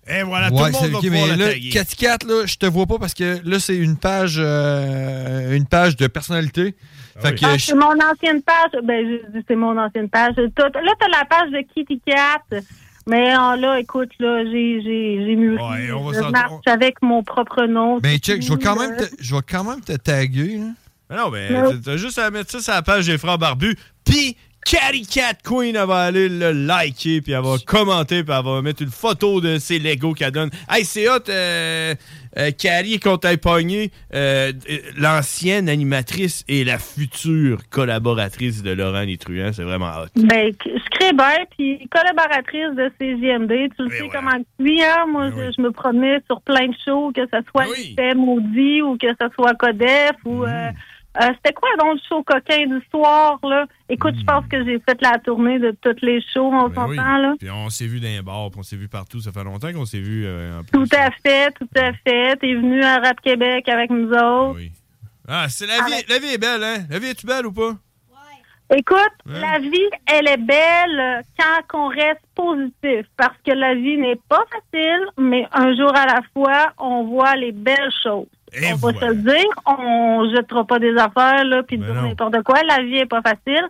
S6: Et voilà,
S7: Ouais, c'est- ok, mais
S6: la
S7: là,
S6: taguer.
S7: 4 là, je te vois pas parce que là, c'est une page euh, une page de personnalité. fait que
S17: Ah,
S7: je-
S17: c'est mon ancienne page. Ben, je dis c'est mon ancienne page. T'as- t'as- Là, t'as la page de Kitty Cat. Mais euh, là, écoute, là, j'ai, j'ai, j'ai mûri.
S7: on va
S17: je
S7: s'en-
S17: marche avec mon propre nom.
S7: Ben,
S17: C'est
S7: check, je vais
S17: tout,
S7: quand
S17: là.
S7: même te, je vais quand même te taguer. là.
S6: Mais Ben non, mais
S7: Non.
S6: t'as- Euh, t'as juste à mettre ça sur la page des frères barbus. Puis, Catty Cat Queen, elle va aller le liker, puis elle va commenter, puis elle va mettre une photo de ses Legos qu'elle donne. Hey, c'est hot, euh, euh, Cathy, qu'on t'aille pogné, euh, euh, l'ancienne animatrice et la future collaboratrice de Laurent Létruant. C'est vraiment hot.
S17: Ben, c- je crée bien, puis collaboratrice de CJMD,
S7: Ben
S17: tu le sais comment je suis, hein? Moi, je, je me promenais sur plein de shows, que ce
S7: Ben
S17: soit Système Audi ou que ce soit Codef ou...
S7: Mmh.
S17: euh, euh, C'était quoi donc le show coquin du soir, là? Écoute,
S7: Mmh.
S17: je pense que j'ai fait la tournée de toutes les shows, on
S6: Ben
S17: s'entend,
S6: oui.
S17: là?
S6: Puis on s'est vu dans les bars, puis on s'est vu partout. Ça fait longtemps qu'on s'est vu. euh, en plus.
S17: Tout à fait, tout à fait. T'es venu à Rap Québec avec nous autres.
S6: Ah, c'est la vie, la vie est belle, hein? La vie est-tu belle ou pas?
S17: Écoute, la vie, elle est belle euh, quand on reste positif, parce que la vie n'est pas facile, mais un jour à la fois, on voit les belles choses. on va se le dire, on jettera pas des affaires là, puis dire n'importe quoi. La vie est pas facile,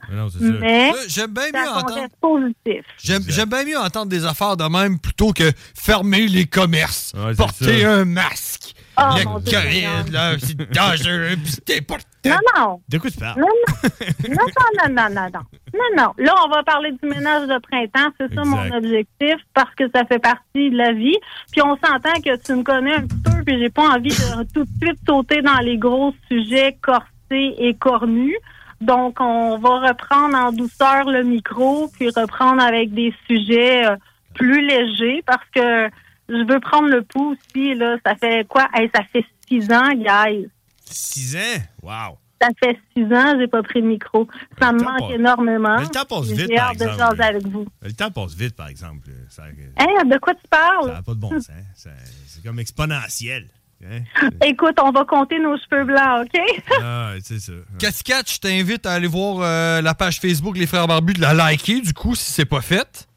S6: mais,
S7: Là, j'aime bien mieux
S17: quand on
S7: entendre-
S17: reste positif.
S7: J'aime j'aime bien mieux entendre des affaires de même plutôt que fermer les commerces, porter
S6: ça.
S7: un masque.
S17: Oh,
S7: le
S17: mon Dieu,
S7: COVID, là, c'est dangereux, pis c'est important.
S17: Non, non.
S6: De quoi tu parles?
S17: Non, non. non, non, non, non, non. Non, non. Là, on va parler du ménage de printemps. C'est ça mon objectif parce que ça fait partie de la vie. Puis on s'entend que tu me connais un petit peu, puis j'ai pas envie de tout de suite sauter dans les gros sujets corsés et cornus. Donc, on va reprendre en douceur le micro, puis reprendre avec des sujets euh, plus légers parce que je veux prendre le pouls aussi. Là. Ça fait quoi? Hey, ça fait six ans, guys.
S6: 6 ans? Wow!
S17: Ça fait six ans, j'ai pas pris le micro. Ça me
S6: temps
S17: manque
S6: passe-
S17: énormément.
S6: Mais le temps passe vite,
S17: J'ai
S6: par
S17: hâte de
S6: exemple,
S17: jaser
S6: là.
S17: avec vous.
S6: Le temps passe vite, par exemple. Ça n'a
S17: Hein, de quoi tu parles?
S6: pas de bon sens. Ça- C'est comme exponentiel. Hein?
S17: Écoute, on va compter nos cheveux blancs, OK?
S6: Ah, c'est ça.
S7: Cascat, je t'invite à aller voir euh, la page Facebook Les Frères Barbus, de la liker, du coup, si c'est pas fait.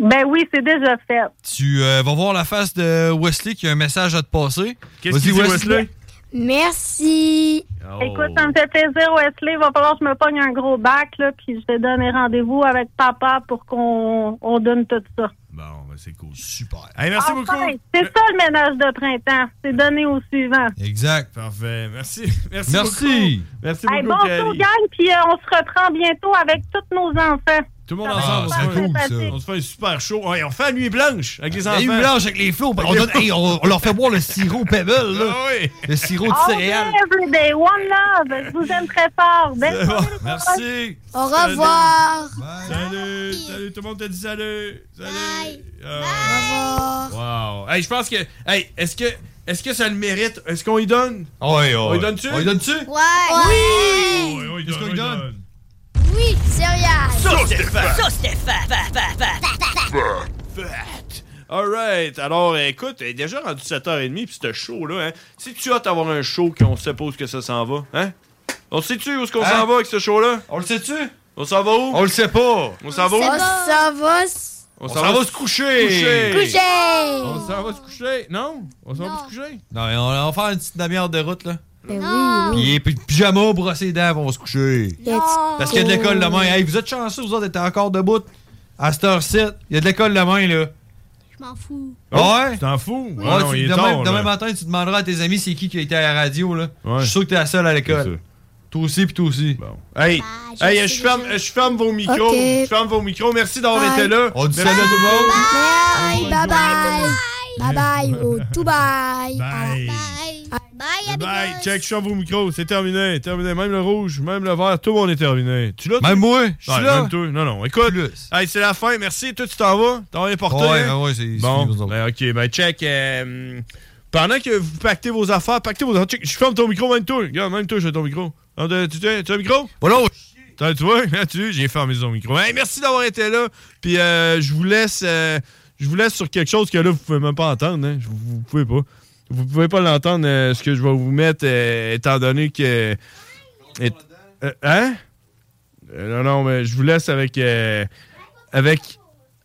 S17: Ben oui, c'est déjà fait.
S7: Tu euh, vas voir la face de Wesley qui a un message à te passer.
S6: Qu'est-ce
S7: Vas-y,
S6: qu'il dit, Wesley?
S17: Merci.
S6: Oh.
S17: Écoute, ça me fait plaisir, Wesley. Il va falloir que je me pogne un gros bac, là, puis je vais donner rendez-vous avec papa pour qu'on on donne tout ça.
S6: Bon, ben, ouais, c'est cool.
S7: Super.
S6: Hey, merci
S17: Enfin,
S6: beaucoup.
S17: C'est ça le ménage de printemps. C'est donné au suivant.
S7: Exact.
S6: Parfait. Merci. Merci.
S7: Merci.
S6: beaucoup. Merci
S17: Hey,
S6: beaucoup,
S17: bonjour,
S6: Kali.
S17: gang, puis euh, on se reprend bientôt avec tous nos enfants.
S6: Tout le monde
S17: Ça va
S6: ensemble,
S17: être
S6: on, se fait-
S17: super Ah, sympathique.
S6: on se fait un super show. Hey, on fait la nuit blanche avec les enfants.
S7: Une blanche avec les flots. On, donne- hey, on- on leur fait boire le sirop Pebble, là.
S6: Ah
S7: Le sirop de
S17: All
S7: céréales.
S17: day, every day. One love. Je vous aime très fort. Belle soirée, les
S6: Merci.
S17: Au
S6: Salut.
S17: revoir.
S6: Salut. Salut. Tout le monde te dit salut. Salut. Euh, Wow. Hey, je pense que. Hey, est-ce que. Est-ce que ça le mérite? Est-ce qu'on y donne?
S7: Ouais, ouais.
S6: On y donne-tu?
S7: On y donne-tu?
S6: Ouais.
S22: Oui.
S6: Ouais, on y donne. on y donne.
S22: Oui, céréales.
S6: Sauce Stéphane.
S22: Sauce Stéphane. Fa, fa, fa, fa, fa.
S6: Fat. All right. Alors, écoute, il est déjà rendu 7h30, puis c'est show-là, hein? Si tu as d'avoir un show qu'on suppose que ça s'en va, hein? On sait-tu où est-ce qu'on
S7: Hein?
S6: s'en va avec ce show-là? On le sait-tu? On s'en va où? On le sait pas. On s'en va où?
S22: Ça va. s-
S6: On
S7: s'en va se coucher.
S22: Coucher.
S6: On s'en va se coucher. Non? On s'en va se coucher?
S7: Non, mais on, on va faire une petite demi-heure de route, là.
S22: Ben
S7: Puis les p- pyjamas brossés dents vont se coucher.
S22: Y a-t-il-
S7: Parce qu'il y a de l'école demain. Hey, vous êtes chanceux, vous autres, d'être encore debout à cette heure-ci. Il y a de l'école demain, là.
S22: Je m'en fous.
S7: ouais?
S6: Tu t'en fous?
S7: Ouais,
S6: Ah non,
S7: tu-
S6: il est
S7: demain,
S6: tard,
S7: demain
S6: là.
S7: matin, tu demanderas à tes amis c'est qui qui a été à la radio, là. Je suis sûr que t'es la seule à l'école. Toi aussi, puis toi aussi.
S6: Bon. Hey, hey, je, ferme, je ferme vos micros.
S7: Ok.
S6: Je ferme vos micros. Merci d'avoir
S7: Bye.
S6: été là.
S7: On dit
S6: Merci
S7: salut à tout le monde.
S22: Bye bye bye. Bye bye. Oh, tout bye.
S6: Bye. Bye. Bye. Check, je ferme vos micros. C'est terminé. Terminé. Même le rouge, même le vert, tout le monde est terminé. Tu l'as?
S7: Même moi, je suis
S6: Ouais,
S7: là.
S6: même toi. Non, non. Écoute, hey, c'est la fin. Merci. Toi, tu t'en vas? T'en es porté?
S7: Ouais,
S6: hein?
S7: ouais, ouais, c'est-
S6: Bon, ben, OK. Ben, check. euh, pendant que vous pactez vos affaires, pactez vos affaires. Check, je ferme ton micro, même toi. Regarde, même toi, j'ai ton micro. Ah, de- Tu tu- tu as le micro?
S7: Voilà.
S6: T'as- Tu vois, hein, tu j'ai fermé son micro. Hey, merci d'avoir été là. Puis euh, je vous laisse euh, je vous laisse sur quelque chose que là, vous pouvez même pas entendre. hein. Je- Vous, vous pouvez pas. Vous pouvez pas l'entendre, euh, ce que je vais vous mettre, euh, étant donné que. et- euh, hein? Euh, non, non, mais je vous laisse avec. euh, avec.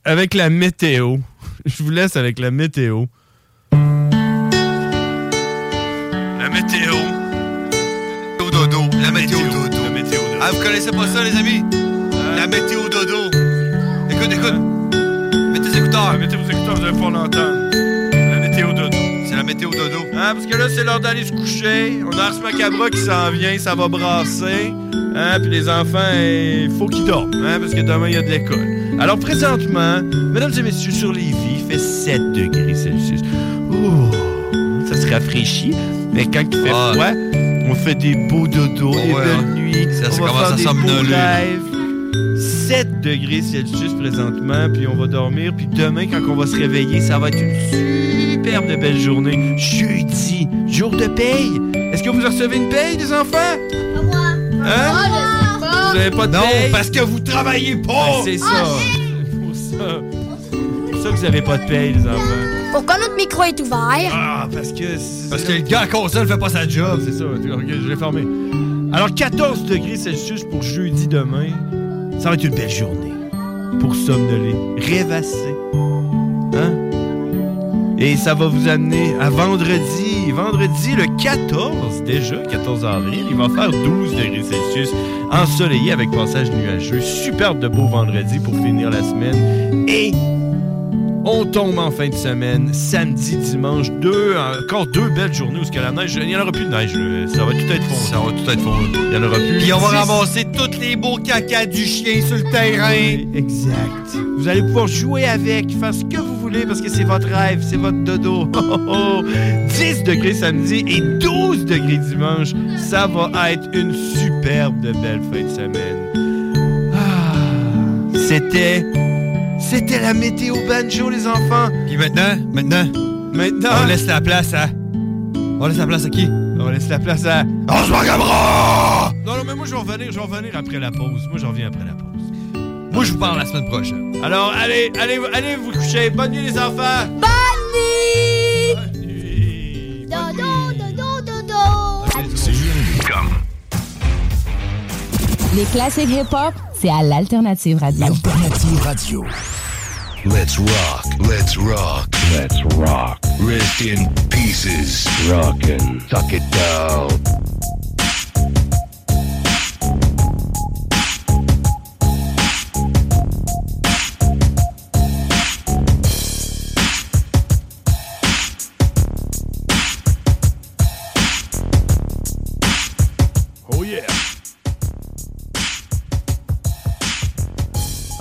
S6: Avec la météo. Je vous laisse avec la météo. La météo.
S7: météo dodo. La météo dodo. Ah, vous connaissez pas ça, les amis?
S6: Hein?
S7: La météo dodo. Écoute, écoute. Mettez vos écouteurs.
S6: Mettez vos écouteurs, vous allez pas l'entendre. La météo dodo.
S7: C'est la météo dodo.
S6: Hein, parce que là, c'est l'heure d'aller se coucher. On a Ars Macabre qui s'en vient, ça va brasser. Hein, puis les enfants, il faut qu'ils dorment, hein, parce que demain, il y a de l'école. Alors, présentement, mesdames et messieurs, sur Lévis, il fait 7 degrés Celsius. Ouh, ça se rafraîchit. Mais quand il fait
S7: Ah.
S6: froid, on fait des beaux dodos, des
S7: ouais,
S6: belles
S7: hein.
S6: nuits.
S7: Ça, c'est
S6: on va
S7: comment
S6: faire
S7: ça
S6: des
S7: somnolue,
S6: beaux
S7: là.
S6: rêves. 7 degrés Celsius présentement, puis on va dormir. Puis demain, quand on va se réveiller, ça va être une superbe de belle journée. Jeudi, jour de paye. Est-ce que vous recevez une paye, les enfants? Hein? Vous avez pas de
S7: Non,
S6: paye?
S7: parce que vous travaillez pas!
S6: Ben, c'est ça.
S11: Ah,
S6: C'est pour ça. C'est pour ça que vous avez pas de paye, les enfants.
S22: Pourquoi notre micro est ouvert?
S6: Ah, parce que. c'est-
S7: Parce que le gars à console fait pas sa job.
S6: C'est ça, ok, je l'ai fermé. Alors, 14 degrés Celsius pour jeudi demain. Ça va être une belle journée. Pour somnoler, rêvasser. Hein? Et ça va vous amener à vendredi. Vendredi, le 14, déjà, 14 avril, il va faire 12 degrés Celsius, ensoleillé avec passage nuageux. Superbe de beau vendredi pour finir la semaine. Et on tombe en fin de semaine, samedi, dimanche, deux, encore deux belles journées où ce que la neige, il n'y en aura plus de neige. là. Ça va tout être fondu. Ça va tout être fondu. Il n'y en aura plus.
S7: Puis on va
S6: Dix-
S7: ramasser tous les beaux cacas du chien sur le terrain.
S6: Exact. Vous allez pouvoir jouer avec, faire ce que vous voulez parce que c'est votre rêve, c'est votre dodo. Oh, oh, oh. 10 degrés samedi et 12 degrés dimanche. Ça va être une superbe de belle fin de semaine. Ah, c'était. C'était la météo banjo, les enfants.
S7: Puis maintenant, maintenant.
S6: Maintenant.
S7: On laisse la place à. On laisse la place à qui?
S6: On laisse la place à.
S7: On se vagabra!
S6: Non, non, mais moi, je vais revenir, je vais revenir après la pause. Moi, je reviens après la pause.
S7: Moi, je vous parle la semaine prochaine.
S6: Alors, allez, allez, allez vous coucher. Bonne nuit, les enfants.
S22: Dodo, dodo, dodo.
S20: Comme
S1: Les classiques hip-hop, c'est à l'Alternative Radio.
S20: L'Alternative Radio.
S21: Let's rock. Let's rock. Let's rock. Rest in pieces. Rockin'. Tuck it down.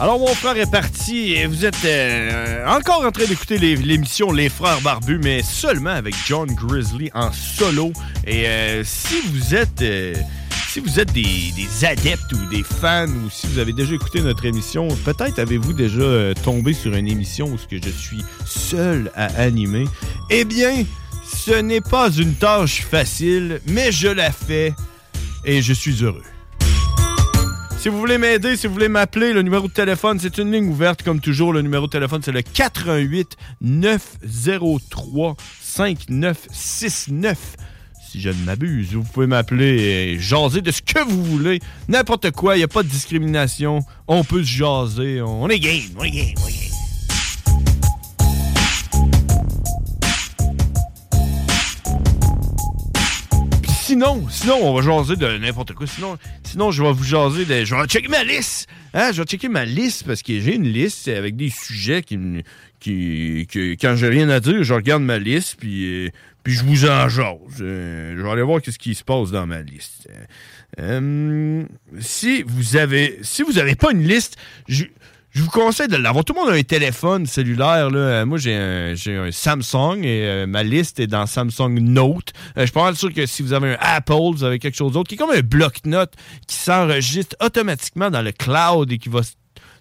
S6: Alors, mon frère est parti et vous êtes euh, encore en train d'écouter les- l'émission Les Frères Barbus, mais seulement avec John Grizzly en solo. Et euh, si vous êtes. euh, si vous êtes des, des adeptes ou des fans ou si vous avez déjà écouté notre émission, peut-être avez-vous déjà euh, tombé sur une émission où ce que je suis seul à animer. Eh bien, ce n'est pas une tâche facile, mais je la fais et je suis heureux. Si vous voulez m'aider, si vous voulez m'appeler, le numéro de téléphone, c'est une ligne ouverte comme toujours. Le numéro de téléphone, c'est le 88 903 5969. Si je ne m'abuse, vous pouvez m'appeler et jaser de ce que vous voulez. N'importe quoi, il n'y a pas de discrimination. On peut se jaser. On est game, on est game, on est game. sinon, sinon, on va jaser de n'importe quoi. Sinon, sinon, je vais vous jaser de. Je vais checker ma liste. Hein? Je vais checker ma liste parce que j'ai une liste avec des sujets qui. me- qui, que- quand j'ai rien à dire, je regarde ma liste, puis, euh, puis je vous en jase. Euh, je vais aller voir ce qui se passe dans ma liste. Euh, si vous avez. Si vous n'avez pas une liste, je. Je vous conseille de l'avoir. Tout le monde a un téléphone cellulaire. Là. Euh, Moi, j'ai un, j'ai un Samsung et euh, ma liste est dans Samsung Note. Euh, je suis pas mal sûr que si vous avez un Apple, vous avez quelque chose d'autre qui est comme un bloc-notes qui s'enregistre automatiquement dans le cloud et qui va s-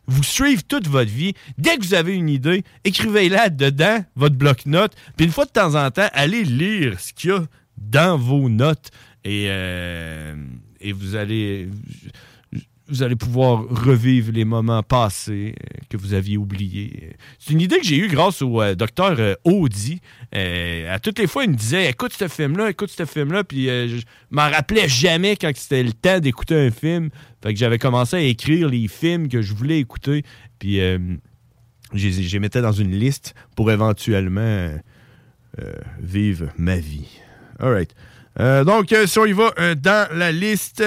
S6: vous suivre toute votre vie. Dès que vous avez une idée, écrivez-la dedans, votre bloc-notes. Puis une fois de temps en temps, allez lire ce qu'il y a dans vos notes. Et, euh, et vous allez vous allez pouvoir revivre les moments passés euh, que vous aviez oubliés. C'est une idée que j'ai eue grâce au euh, docteur Audi. Euh, à toutes les fois, il me disait Écoute ce film-là, écoute ce film-là. Puis euh, je m'en rappelais jamais quand c'était le temps d'écouter un film. Fait que j'avais commencé à écrire les films que je voulais écouter. Puis euh, je les je les mettais dans une liste pour éventuellement euh, euh, vivre ma vie. All right. Euh, donc, euh, si on y va euh, dans la liste,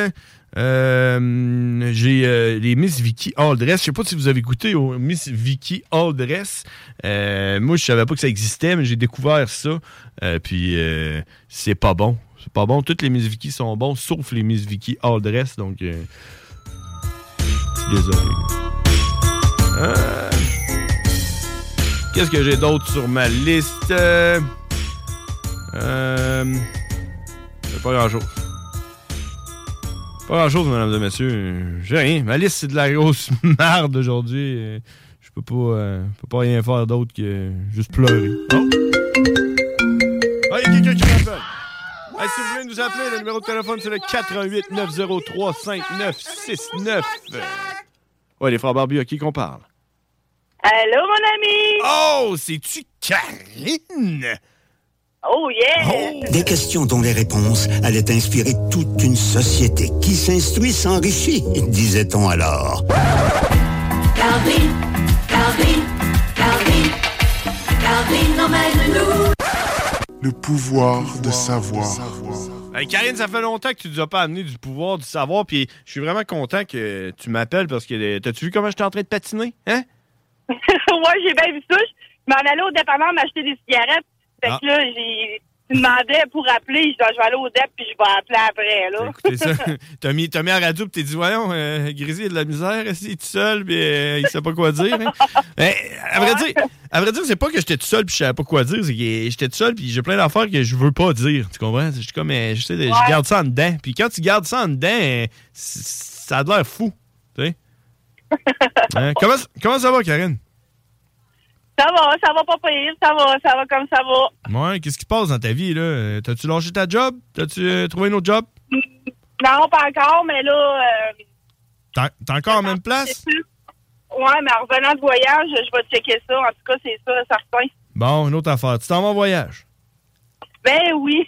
S6: euh, j'ai euh, les Miss Vicky All Dress. Je sais pas si vous avez goûté aux Miss Vicky All Dress. Euh, moi, je savais pas que ça existait, mais j'ai découvert ça. Euh, puis, euh, c'est pas bon. C'est pas bon. Toutes les Miss Vicky sont bons, sauf les Miss Vicky All Dress. Donc, euh, désolé. Euh, Qu'est-ce que j'ai d'autre sur ma liste? Euh, euh, pas grand-chose. Pas grand-chose, mesdames et messieurs. J'ai rien. Ma liste, c'est de la grosse merde aujourd'hui. Euh, Je peux pas, euh, je peux pas rien faire d'autre que juste pleurer. Oh! Ah, y a quelqu'un qui m'appelle! Hey, si vous voulez nous appeler, le numéro de téléphone, c'est le 88 903 5969. Ouais, les frères Barbus, à qui qu'on parle?
S12: Allô, mon ami!
S6: Oh, c'est-tu Karine?
S12: Oh, yeah!
S2: Des questions dont les réponses allaient inspirer toute une société qui s'instruit s'enrichit, disait-on alors.
S3: Calvin, Calvin, Calvin, Calvin emmène-nous.
S4: Le pouvoir de savoir.
S6: Hey, Euh, Karine, ça fait longtemps que tu nous as pas amené du pouvoir, du savoir, puis je suis vraiment content que tu m'appelles parce que euh, t'as-tu vu comment j'étais en train de patiner? Hein?
S12: ouais, j'ai bien vu ça. Je m'en allais au dépanneur m'acheter des cigarettes. Fait que
S6: Ah.
S12: là, j'ai tu demandais pour appeler. Je dis, Ah, je vais aller au DEP puis je vais appeler après, là.
S6: C'est ça. t'as mis, t'as mis à la radio, puis t'es dit, voyons, euh, Grizzly, il a de la misère, il est tout seul, puis euh, il sait pas quoi dire. hein. Eh, à vrai dire, à vrai dire, c'est pas que j'étais tout seul, puis je savais pas quoi dire, c'est que j'étais tout seul, puis j'ai plein d'affaires que je veux pas dire. Tu comprends? Je suis comme, euh, je sais, je
S12: Ouais.
S6: garde ça en dedans. Puis quand tu gardes ça en dedans, euh, c- ça a de l'air fou. Tu sais? Hein? Comment, comment ça va, Karine?
S12: Ça va, ça va pas pire. Ça va, ça va comme ça va.
S6: Ouais, qu'est-ce qui se passe dans ta vie, là? Euh, T'as-tu lâché ta job? T'as-tu euh, trouvé un autre job?
S12: Non, pas encore, mais là, euh,
S6: T'as t'as encore en même place?
S12: c'est sûr. Ouais, mais en revenant de voyage, je vais checker ça. En tout cas, c'est ça, certain.
S6: Bon, une autre affaire. Tu t'en vas en voyage?
S12: Ben oui.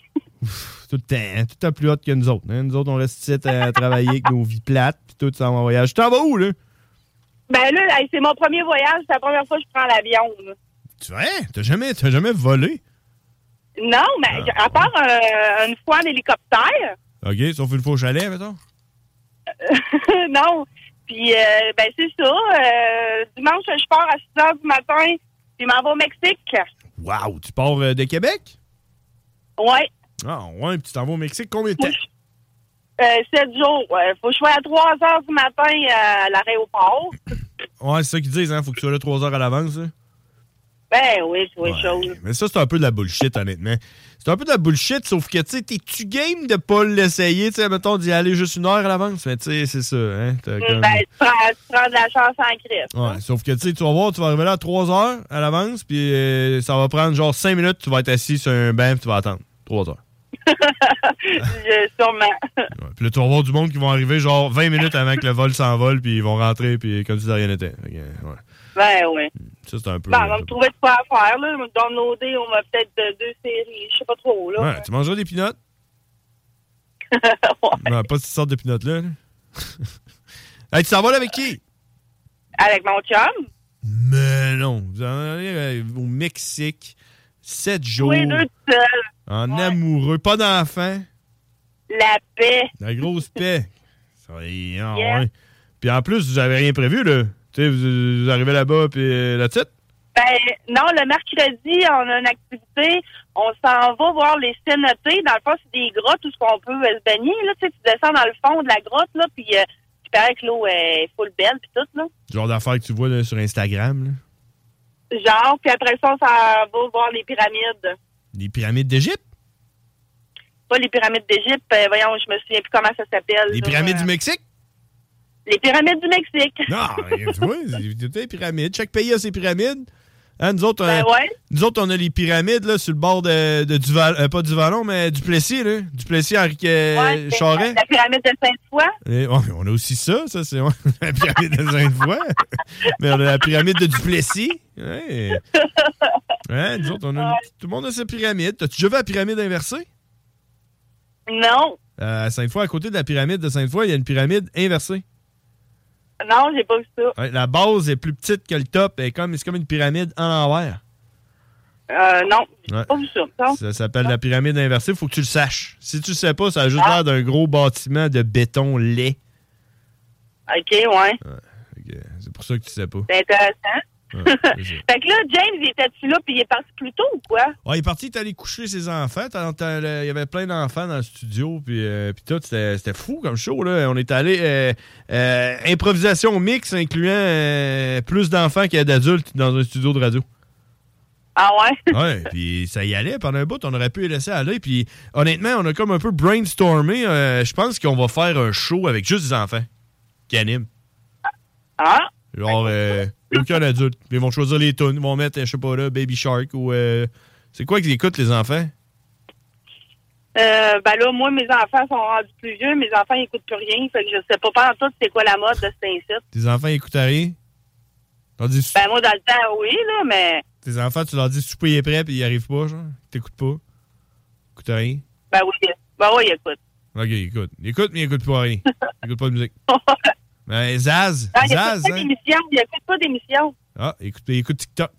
S6: Tout le temps, hein, tout le temps plus haute que nous autres. hein. Nous autres, on reste ici à travailler avec nos vies plates, puis tout, tu t'en vas en voyage. Tu t'en vas où, là?
S12: Ben là, hey, c'est mon premier voyage. C'est la première fois que je prends l'avion. là.
S6: Tu vois, t'as jamais, t'as jamais volé?
S12: Non, mais
S6: Ah.
S12: à part euh, une fois en hélicoptère.
S6: OK, sauf une fois au chalet, mettons.
S12: non. Puis, euh, ben, c'est ça. Euh, dimanche, je pars à 6 h du matin. Puis, je m'en vais au Mexique.
S6: Wow, tu pars euh, de Québec?
S12: Ouais.
S6: Ah, ouais, puis tu t'en vas au Mexique. Combien de temps?
S12: Euh, 7 jours. Euh, faut que je sois à 3 h du matin euh, à l'aéroport.
S6: Ouais, c'est ça qu'ils disent, hein. Faut que tu sois là trois heures à l'avance. là.
S12: Ben oui, c'est autre chose.
S6: Mais ça, c'est un peu de la bullshit, honnêtement. C'est un peu de la bullshit, sauf que, tu sais, t'es-tu game de pas l'essayer, tu sais, mettons, d'y aller juste une heure à l'avance? Mais, tu sais, c'est ça, hein. t'as
S12: Ben,
S6: comme-
S12: tu prends, tu prends de la chance en crise.
S6: Ouais, sauf que, tu sais, tu vas voir, tu vas arriver là à 3 heures à l'avance, puis euh, ça va prendre genre 5 minutes, tu vas être assis sur un banc, puis tu vas attendre. 3 heures.
S12: Je- sûrement.
S6: Puis là, tu vas voir du monde qui vont arriver genre 20 minutes avant que le vol s'envole, puis ils vont rentrer, puis comme si de rien n'était. Fait que, euh, ouais.
S12: Ben oui.
S6: Ça, c'est un peu.
S12: Bon, on va me trouver de quoi à faire, là. Downloader, on va peut-être euh, deux séries, je sais pas trop, là.
S6: euh, Ouais, tu mangeras des pinottes? Ouais, pas cette sorte de pinottes-là. là. hey, tu t'en vas là avec qui?
S12: Avec mon chum.
S6: Mais non. Vous en allez euh, au Mexique, 7 jours,
S12: Oui, deux tout seuls.
S6: en amoureux, pas d'enfant.
S12: La paix.
S6: La grosse paix. Ça va y- ah,
S12: Yeah.
S6: ouais. Puis en plus, vous avez rien prévu, là. Tu sais, vous, vous arrivez là-bas, puis euh, la tête.
S12: Ben, non, le mercredi, on a une activité. On s'en va voir les cénotés. Dans le fond, c'est des grottes où ce qu'on peut euh, se baigner, là. Tu sais, tu descends dans le fond de la grotte, là, puis euh, tu parais que l'eau est full belle, puis tout, là.
S6: Genre d'affaires que tu vois là, sur Instagram, là.
S12: Genre, puis après ça, on s'en va voir les pyramides.
S6: Les pyramides d'Égypte?
S12: Pas les pyramides d'Égypte, euh, voyons, je me souviens plus comment ça s'appelle.
S6: Les
S12: là.
S6: pyramides du Mexique?
S12: Les pyramides du Mexique.
S6: Non, tu vois, c'est toutes des pyramides. Chaque pays a ses pyramides. Hein, nous, autres,
S12: Ben
S6: euh,
S12: ouais.
S6: nous autres, on a les pyramides là, sur le bord de, de Duval, euh, pas du Vallon, mais du Plessis, là. Du Plessis Henri euh,
S12: Ouais, c'est
S6: Charest.
S12: La pyramide de Sainte-Foy.
S6: Et- oh, mais on a aussi ça, ça c'est la pyramide de Sainte-Foy. mais on a la pyramide de Duplessis. Ouais. Ouais, nous autres, on a une- tout le monde a sa pyramide. T'as-tu déjà vu la pyramide inversée?
S12: Non,
S6: Euh, à Sainte-Foy, à côté de la pyramide de Sainte-Foy, il y a une pyramide inversée.
S12: non, j'ai pas vu ça.
S6: Ouais, la base est plus petite que le top. Elle est comme- C'est comme, une pyramide en l'envers.
S12: Euh, non, j'ai
S6: Ouais.
S12: pas vu ça. Non.
S6: Ça s'appelle la pyramide inversée. faut que tu le saches. Si tu le sais pas, ça a juste l'air d'un gros bâtiment de béton laid.
S12: OK, ouais.
S6: C'est pour ça que tu sais pas.
S12: C'est intéressant.
S6: Ouais, c'est ça.
S12: fait que là, James, il était-tu là puis il est parti plus tôt ou quoi?
S6: Ouais, il est parti, il est allé coucher ses enfants. T'as- t'as- le- Il y avait plein d'enfants dans le studio. Puis, euh, puis tout, c'était c'était fou comme show. Là. On est allé euh, euh, improvisation mix, incluant euh, plus d'enfants qu'il y a d'adultes dans un studio de radio.
S12: Ah ouais?
S6: Ouais, puis ça y allait pendant un bout, on aurait pu les laisser aller. Puis honnêtement, on a comme un peu brainstormé. euh, je pense qu'on va faire un show avec juste des enfants qui animent.
S12: Ah?
S6: Genre, euh, aucun adulte. Ils vont choisir les tunes. Ils vont mettre, je sais pas là, Baby Shark ou. euh, c'est quoi qu'ils écoutent, les enfants?
S12: Euh, ben là, moi, mes enfants sont rendus plus vieux. Mes enfants, ils écoutent plus rien. Fait que je sais pas pas en tout c'est quoi la mode de cet incite.
S6: Tes enfants écoutent à rien? Tandis
S12: Ben moi, dans le temps, oui, là, mais...
S6: Tes enfants, tu leur dis souper est prêt, puis ils arrivent pas, genre. T'écoutes pas. Écoute à rien.
S12: Ben oui, ben oui, écoute.
S6: Ok, écoute. Écoute, mais écoute pas à rien. Écoute pas de musique. Ben, Zaz.
S12: Non, Ah, il
S6: Zaz,
S12: écoute pas
S6: hein?
S12: d'émission. Il écoute pas d'émission.
S6: Ah, écoute, écoute TikTok.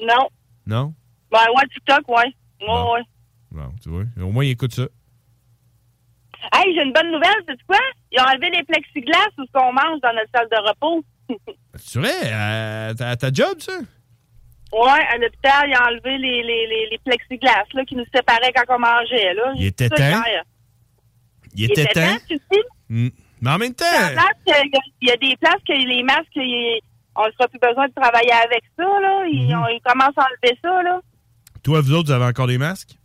S12: Non.
S6: Non?
S12: Ben ouais, TikTok, ouais. Ouais, ouais.
S6: Bon, tu vois. Au moins, ils écoutent ça.
S12: Hey, j'ai une bonne nouvelle, c'est quoi? Ils ont enlevé les plexiglas ou ce qu'on mange dans notre salle de repos.
S6: Tu vrai? À ta, à ta job, ça?
S12: Ouais, à l'hôpital, ils ont enlevé les, les, les, les plexiglas là, qui nous séparaient quand on mangeait. Là.
S6: Il était
S12: Ça
S6: temps.
S12: hier.
S6: Il était temps. Hein?
S12: tu sais.
S6: Mm. Mais en même temps.
S12: Dans la place, euh, Il y a des places que les masques, ils- on ne sera plus besoin de travailler avec ça. Là. Ils,
S6: Mhm.
S12: ont- ils commencent à enlever ça. Là.
S6: Toi, vous autres, vous avez encore des masques?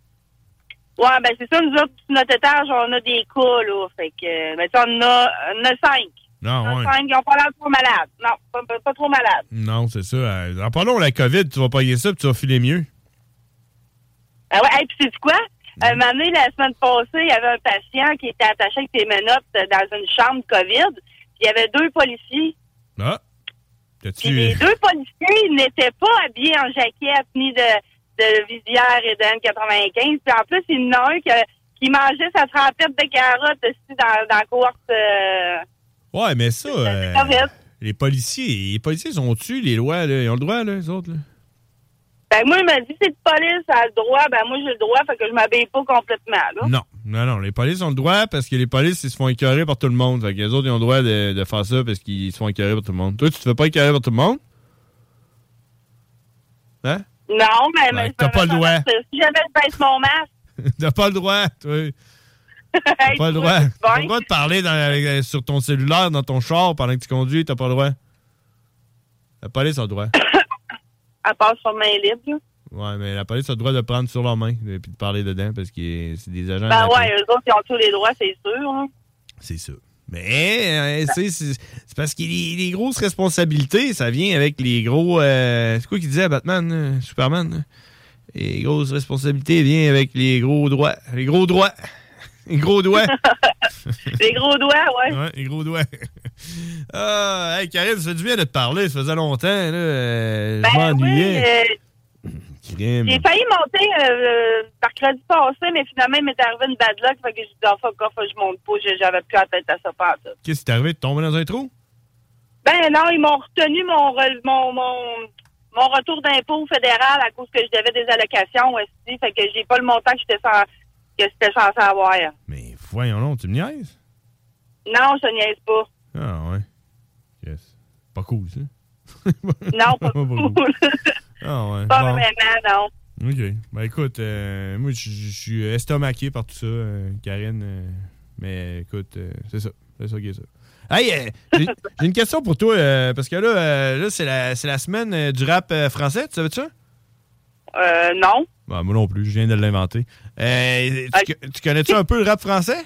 S12: Ouais, ben c'est ça, nous autres, sur notre étage, on a des cas. Là. Fait que, ben, tu sais, on, en a, on en a cinq. On
S6: Non,
S12: en
S6: Ah ouais.
S12: a cinq, ils n'ont pas l'air trop malades. Non, pas, pas- pas trop malades.
S6: Non, c'est ça. Euh, En parlant de la COVID, tu vas payer ça, puis tu vas filer mieux.
S12: Ah ouais, hey, puis c'est quoi?
S6: Mm.
S12: Un moment donné, la semaine passée, il y avait un patient qui était attaché avec des menottes euh, dans une chambre COVID. puis Il y avait deux policiers.
S6: Ah.
S12: Puis les
S6: T'as-tu.
S12: deux policiers n'étaient pas habillés en jaquette ni de, de visière et de N95. Puis en plus, il y en a un qui, a- qui mangeait sa trempette de carottes aussi dans, dans la course. euh,
S6: Ouais, mais ça. euh,
S12: COVID.
S6: les policiers, les policiers sont-tu les lois, là? Ils ont le droit, là, les autres, là?
S12: Ben moi, il m'a dit, c'est de police, ça a le droit. Ben moi, j'ai le droit, fait que je m'habille pas complètement. Là.
S6: Non. Non, non, les polices ont le droit parce que les polices, ils se font écœurer par tout le monde. Fait que les autres, ils ont le droit de, de faire ça parce qu'ils se font écœurer par tout le monde. Toi, tu te fais pas écœurer par tout le monde? Hein?
S12: Non, mais... mais
S6: Ouais, t'as pas le droit.
S12: Si jamais je baisse mon masque...
S6: T'as pas le droit, toi. T'as
S12: hey,
S6: pas le euh, droit. T'as pas le droit de parler dans- avec- sur ton cellulaire, dans ton char pendant que tu conduis, t'as pas le droit. La police a le droit.
S12: Elle passe sur main libre. là.
S6: Ouais, mais la police a le droit de prendre sur leur main et puis de parler dedans parce que c'est des agents. de la
S12: Ben
S6: police.
S12: ouais, eux autres, ils ont tous les droits, c'est sûr. hein.
S6: C'est ça. Mais, euh, c'est c'est- c'est parce que les, les grosses responsabilités, ça vient avec les gros. euh, c'est quoi qu'il disait à Batman, euh, Superman? là? Les grosses responsabilités viennent avec les gros droits. Les gros droits. Les gros doigts.
S12: Les gros doigts, ouais.
S6: Ouais, les gros doigts. Ah, hey, Karine, ça fait du bien de te parler. Ça faisait longtemps, là. euh, je m'ennuyais.
S12: Ben Euh,
S6: Crime.
S12: J'ai failli monter euh, euh, mercredi passé, mais finalement, il m'est arrivé une bad luck. Fait que j'ai dit, oh, fuck off, je monte pas. J'ai- J'avais plus la tête à ça pas ça.
S6: Qu'est-ce qui t'est arrivé? T'es tombé dans un trou?
S12: Ben non, ils m'ont retenu mon, re- mon, mon, mon retour d'impôt fédéral à cause que je devais des allocations aussi. Fait que j'ai pas le montant que j'étais sans- que c'était censé avoir.
S6: Voyons non, tu me niaises?
S12: Non, je niaise pas.
S6: Ah, ouais. Yes. Pas cool, ça.
S12: Non, pas
S6: Pas beaucoup.
S12: cool.
S6: Ah, ouais.
S12: pas
S6: Bon.
S12: vraiment, non.
S6: OK. Ben écoute, euh, moi, je je- je suis estomaqué par tout ça, euh, Karine. euh, mais écoute, euh, c'est ça. C'est ça qui est ça. Hey, euh, j'ai j'ai une question pour toi, euh, parce que là, euh, là c'est la, c'est la semaine euh, du rap euh, français, tu savais ça?
S12: Euh, non.
S6: Ben, moi non plus, je viens de l'inventer. Euh, tu, tu connais-tu un peu le rap français?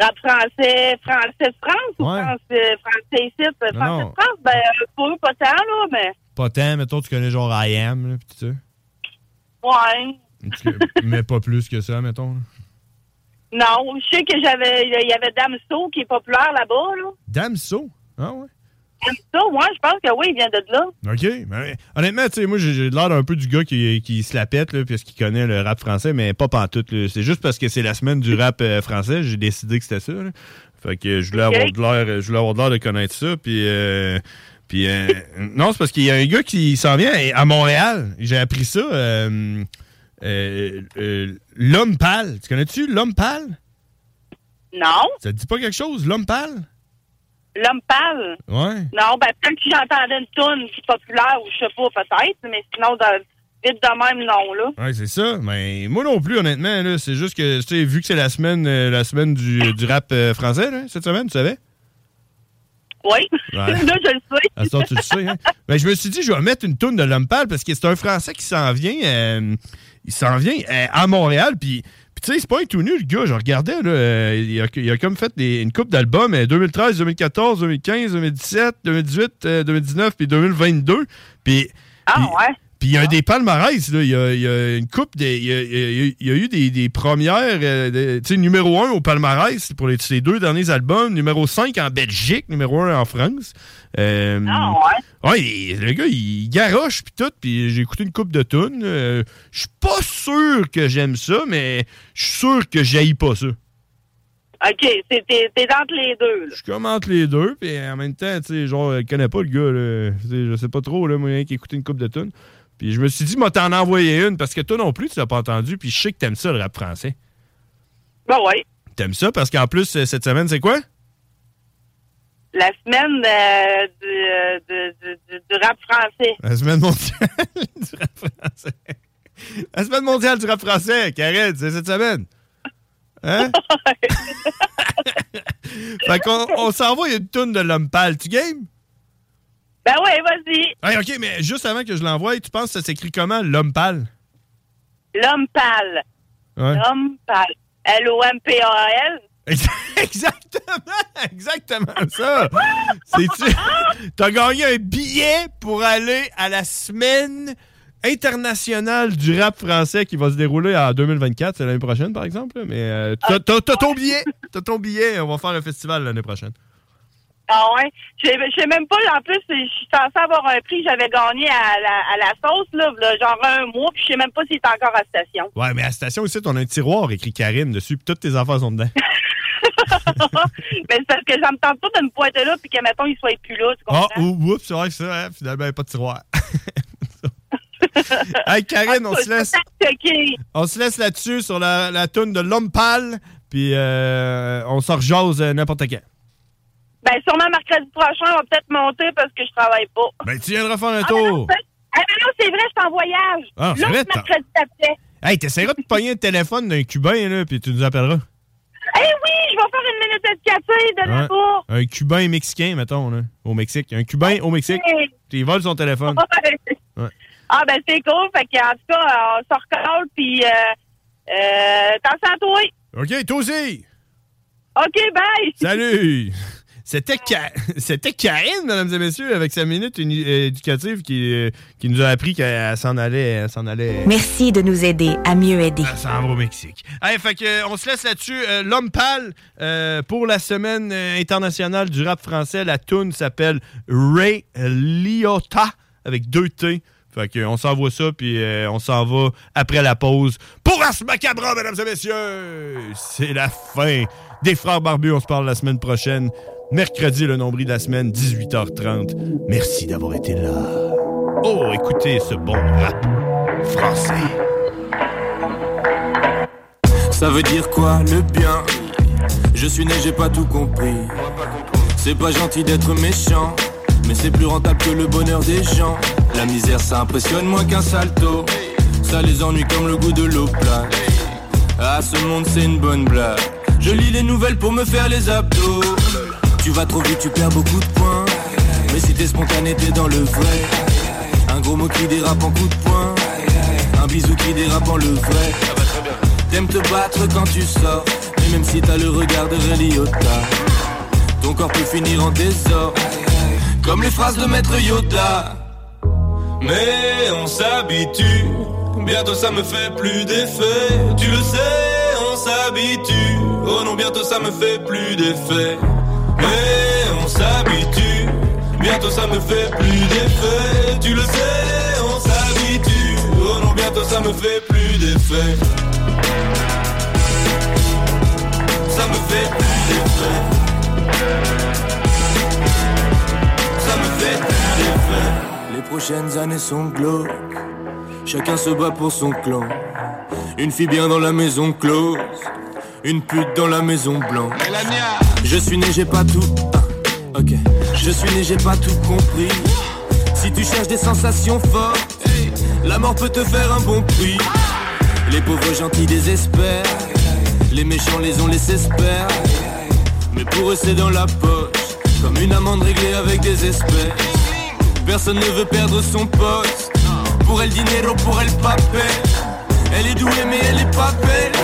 S12: Rap français, français de France ou
S6: Ouais.
S12: français, français ici? euh, Français
S6: Non, non.
S12: de France, ben, euh, pour eux, pas tant, là, mais.
S6: Pas tant, mettons, tu connais genre I Am, là, pis tout ça.
S12: Ouais.
S6: Tu- mais pas plus que ça, mettons. là.
S12: Non, je sais que j'avais, il y avait Damso qui est populaire là-bas, là.
S6: Damso? Ah ouais?
S12: Damso, moi, je pense que oui, il vient de là.
S6: OK. Ben, honnêtement, tu sais, moi, j'ai j'ai l'air un peu du gars qui, qui se la pète, là, parce qu'il connaît le rap français, mais pas pantoute. là. C'est juste parce que c'est la semaine du rap euh, français, j'ai décidé que c'était ça. là. Fait que je voulais
S5: OK.
S6: avoir de l'air- je voulais avoir de l'air de connaître ça, puis... euh, puis euh, non, c'est parce qu'il y a un gars qui s'en vient à Montréal. J'ai appris ça. euh, euh, euh, l'homme pâle. Tu connais-tu l'homme pâle?
S12: Non.
S6: Ça te dit pas quelque chose, l'homme pâle?
S12: L'homme pâle.
S6: Ouais.
S12: Non, ben, peut-être que j'entendais une toune qui est populaire ou je sais pas, peut-être, mais sinon, de, vite de même, non, là.
S6: Ouais, c'est ça. Mais moi non plus, honnêtement, là, c'est juste que, tu sais, vu que c'est la semaine, euh, la semaine du, du rap euh, français, là, cette semaine, tu savais?
S12: Oui.
S6: Ouais.
S12: là, je le sais.
S6: À ce temps, tu le sais, hein? Ben, je me suis dit, je vais mettre une toune de l'homme pâle parce que c'est un Français qui s'en vient, euh, il s'en vient euh, à Montréal, puis. puis Tu sais, c'est pas un tout nu, le gars. Je regardais, là, euh, il, a, il a comme fait des- une coupe d'albums euh, 2013, 2014, 2015, 2017, 2018, euh, 2019, puis 2022. Puis
S12: Ah ouais?
S6: puis il y a des palmarès, là. Il y a, il y a une coupe, des- il y a, il y a- il y a eu des, des premières, euh, de- tu sais, numéro 1 au palmarès pour les, ses deux derniers albums, numéro 5 en Belgique, numéro 1 en France. Euh, ouais? il- le gars, il garoche, puis tout, puis j'ai écouté une coupe de tunes. Euh, je suis pas sûr que j'aime ça, mais je suis sûr que j'haïs pas ça.
S12: OK, c'est- t'es t'es entre les deux, là.
S6: Je commente les deux, puis en même temps, tu sais, genre, je connais pas le gars, là. Tu sais, Je sais pas trop, là, moyen qui écoutait une coupe de tunes. Puis je me suis dit, moi, t'en envoyer une, parce que toi non plus, tu l'as pas entendu, puis je sais que t'aimes ça, le rap français.
S12: Ben oui.
S6: T'aimes ça, parce qu'en plus, euh, cette semaine, c'est quoi?
S12: La semaine euh, du, euh, du- du- du- du rap français.
S6: La semaine mondiale du rap français. La semaine mondiale du rap français, Karen, c'est cette semaine. Hein? fait qu'on on s'envoie une tune de l'homme pâle. Tu game?
S12: Ben oui, vas-y.
S6: Hey, OK, mais juste avant que je l'envoie, tu penses que ça s'écrit comment, l'homme pâle?
S12: L'homme pâle.
S6: Ouais.
S12: L'homme pâle. L-O-M-P-A-L.
S6: Exactement, exactement ça. C'est-tu? T'as gagné un billet pour aller à la semaine internationale du rap français qui va se dérouler en 2024, c'est l'année prochaine par exemple. là, Mais euh, t'as t'as- t'as ton billet, t'as ton billet. On va faire le festival l'année prochaine.
S12: Ah ouais. Je sais- je sais même pas, en plus, je suis censée avoir un prix que j'avais gagné à la, à la sauce, là, v'là genre un mois, puis je sais même pas s'il est encore à station.
S6: Ouais, mais à la station ici, on a un tiroir écrit Karine dessus, puis toutes tes affaires sont dedans.
S12: ben, c'est parce que ça me tente pas de me pointer là, puis que, mettons, il soit plus là, tu
S6: Ah,
S12: comprends?
S6: ou- oups, c'est vrai que ça, hein, finalement, il n'y a pas de tiroir. hey, Karine, on se laisse. On se laisse là-dessus sur la, la toune de l'homme pâle, puis euh, on s'en rejase euh, n'importe quand.
S12: Ben, sûrement mercredi prochain, on va peut-être monter parce que je travaille pas.
S6: Ben, tu viendras faire un
S12: Ah, mais non,
S6: tour.
S12: c'est- ah, mais non, c'est vrai, je suis en voyage.
S6: Ah, c'est
S12: L'autre
S6: vrai, t'as-
S12: mercredi après.
S6: Hey, t'essaieras de pogner le téléphone d'un Cubain, là, puis tu nous appelleras.
S12: Eh oui, je vais faire une minute de caché de la
S6: Ouais.
S12: bourse.
S6: Hein? Un Cubain mexicain, mettons, là, au Mexique. Un Cubain au Mexique,
S12: Ouais.
S6: il vole son téléphone.
S12: Ouais.
S6: Ouais.
S12: Ah, ben, c'est cool. Fait que, en tout cas, on se recolle, puis, euh, euh, t'en toi.
S6: OK, toi aussi!
S12: OK, bye!
S6: Salut! C'était, Ka- C'était Karine, mesdames et messieurs, avec sa minute uni- euh, éducative qui, euh, qui nous a appris qu'elle s'en allait. Elle s'en allait.
S5: Merci de nous aider à mieux aider.
S6: Elle s'en va au Mexique. Hey, fait que, euh, on se laisse là-dessus. Euh, L'homme pâle euh, pour la semaine euh, internationale du rap français. La tune s'appelle Ray Liotta avec deux T. Fait que, euh, on s'envoie ça, puis euh, on s'en va après la pause. Pour Ars Macabra, mesdames et messieurs! C'est la fin des Frères Barbus. On se parle la semaine prochaine. Mercredi, le nombril de la semaine, 18h30. Merci d'avoir été là. Oh, écoutez ce bon rap français.
S9: Ça veut dire quoi le bien Je suis né, j'ai pas tout compris. C'est pas gentil d'être méchant, mais c'est plus rentable que le bonheur des gens. La misère, ça impressionne moins qu'un salto. Ça les ennuie comme le goût de l'eau plate. Ah, ce monde, c'est une bonne blague. Je lis les nouvelles pour me faire les abdos. Tu vas trop vite, tu perds beaucoup de points. Mais si t'es spontané, t'es dans le vrai. Un gros mot qui dérape en coup de poing. Un bisou qui dérape en le vrai. T'aimes te battre quand tu sors. Mais même si t'as le regard de Reliota, ton corps peut finir en désordre. Comme les phrases de maître Yoda.
S10: Mais on s'habitue, bientôt ça me fait plus d'effet. Tu le sais, on s'habitue. Oh non, bientôt ça me fait plus d'effet. Mais on s'habitue, bientôt ça me fait plus d'effet. Tu le sais, on s'habitue. Oh non, bientôt ça me fait plus d'effet. Ça me fait plus d'effet. Ça me fait plus d'effet.
S9: Les prochaines années sont glauques. Chacun se bat pour son clan. Une fille bien dans la maison close. Une pute dans la maison blanche. Je suis né, j'ai pas tout. Ah, ok. Je suis né, j'ai pas tout compris. Si tu cherches des sensations fortes, la mort peut te faire un bon prix. Les pauvres gentils désespèrent. Les méchants les ont laissés se perdre. Mais pour eux, c'est dans la poche. Comme une amende réglée avec des espèces. Personne ne veut perdre son poste Pour elle dinero, pour elle papel Elle est douée mais elle est pas belle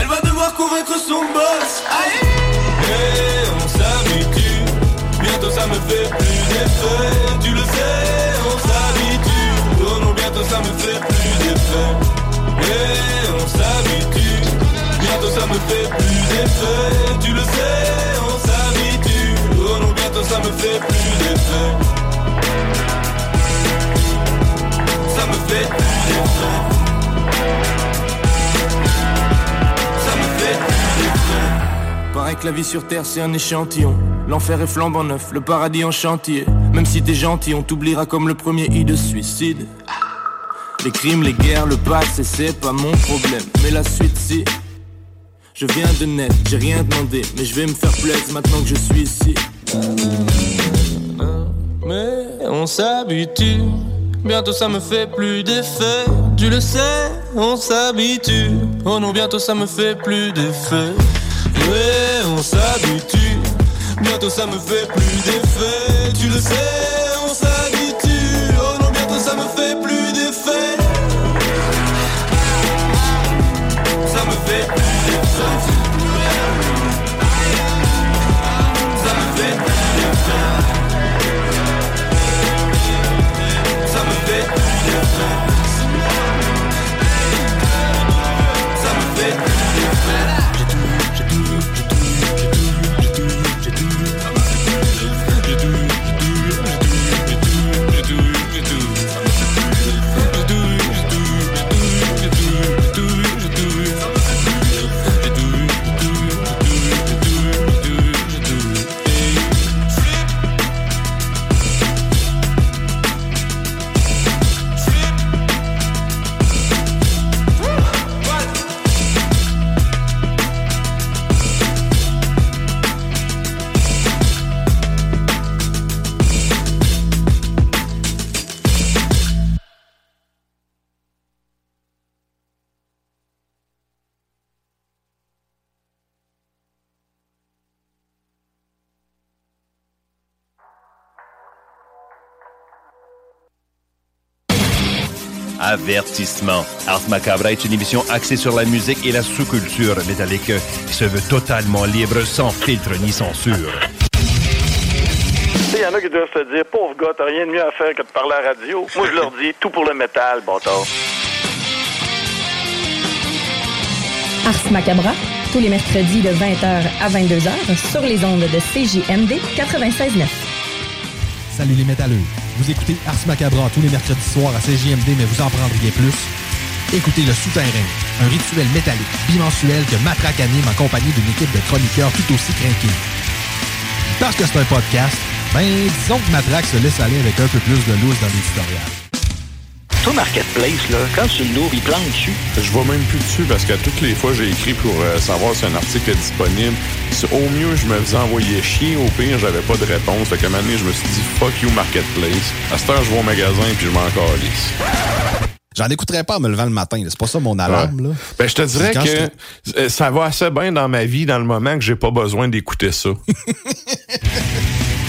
S10: Elle va devoir convaincre son boss. Aïe Et on s'habitue, bientôt ça me fait plus d'effet. Tu le sais, on s'habitue. Oh non, bientôt ça me fait plus d'effet. Et on s'habitue, bientôt ça me fait plus d'effet. Tu le sais, on s'habitue. Oh non, bientôt ça me fait plus d'effet. Ça me fait plus d'effet. Ça me fait plus d'effet.
S9: Paraît que la vie sur terre c'est un échantillon L'enfer est flambant neuf, le paradis en chantier Même si t'es gentil, on t'oubliera comme le premier i de suicide Les crimes, les guerres, le passé c'est pas mon problème Mais la suite si Je viens de net, j'ai rien demandé Mais je vais me faire plaisir maintenant que je suis ici
S10: Mais on s'habitue, bientôt ça me fait plus d'effet. Tu le sais, on s'habitue. Oh non, bientôt ça me fait plus d'effet. Mais on s'habitue, bientôt ça me fait plus d'effet. Tu le sais, on s'habitue. Oh non, bientôt ça me fait plus d'effet. Ça me fait plus d'effet. Ça me fait plus d'effet. Ça me fait plus d'effet. Ça me fait plus d'effet. Flip.
S4: Avertissement. Ars Macabre est une émission axée sur la musique et la sous-culture métallique qui se veut totalement libre, sans filtre ni censure.
S10: Il y en a qui doivent se dire, pauvre gars, t'as rien de mieux à faire que de parler à la radio. Moi, je leur dis, tout pour le métal, bon temps.
S23: Ars Macabra, tous les mercredis de 20h à 22h sur les ondes de CJMD 96.9.
S7: Salut les métalleux. Vous écoutez Ars Macabra tous les mercredis soirs à CJMD, mais vous en prendriez plus. Écoutez Le Souterrain, un rituel métallique bimensuel que Matraque anime en compagnie d'une équipe de chroniqueurs tout aussi craqués. Parce que c'est un podcast, ben disons que Matraque se laisse aller avec un peu plus de loose dans l'éditorial.
S24: Toi, Marketplace, là, quand tu l'ouvres, il plante dessus.
S6: Je vois même plus dessus parce que toutes les fois, j'ai écrit pour euh, savoir si un article est disponible. Si Au mieux, je me faisais envoyer chier. Au pire, j'avais pas de réponse. Fait qu'à un moment donné, je me suis dit « Fuck you, Marketplace ». À cette heure, je vais au magasin puis je m'en calisse.
S25: J'en écouterai pas en me levant le matin. là. C'est pas ça mon alarme, là.
S6: Ben, je te dirais
S25: Quand je
S6: que euh, ça va assez bien dans ma vie dans le moment que j'ai pas besoin d'écouter ça.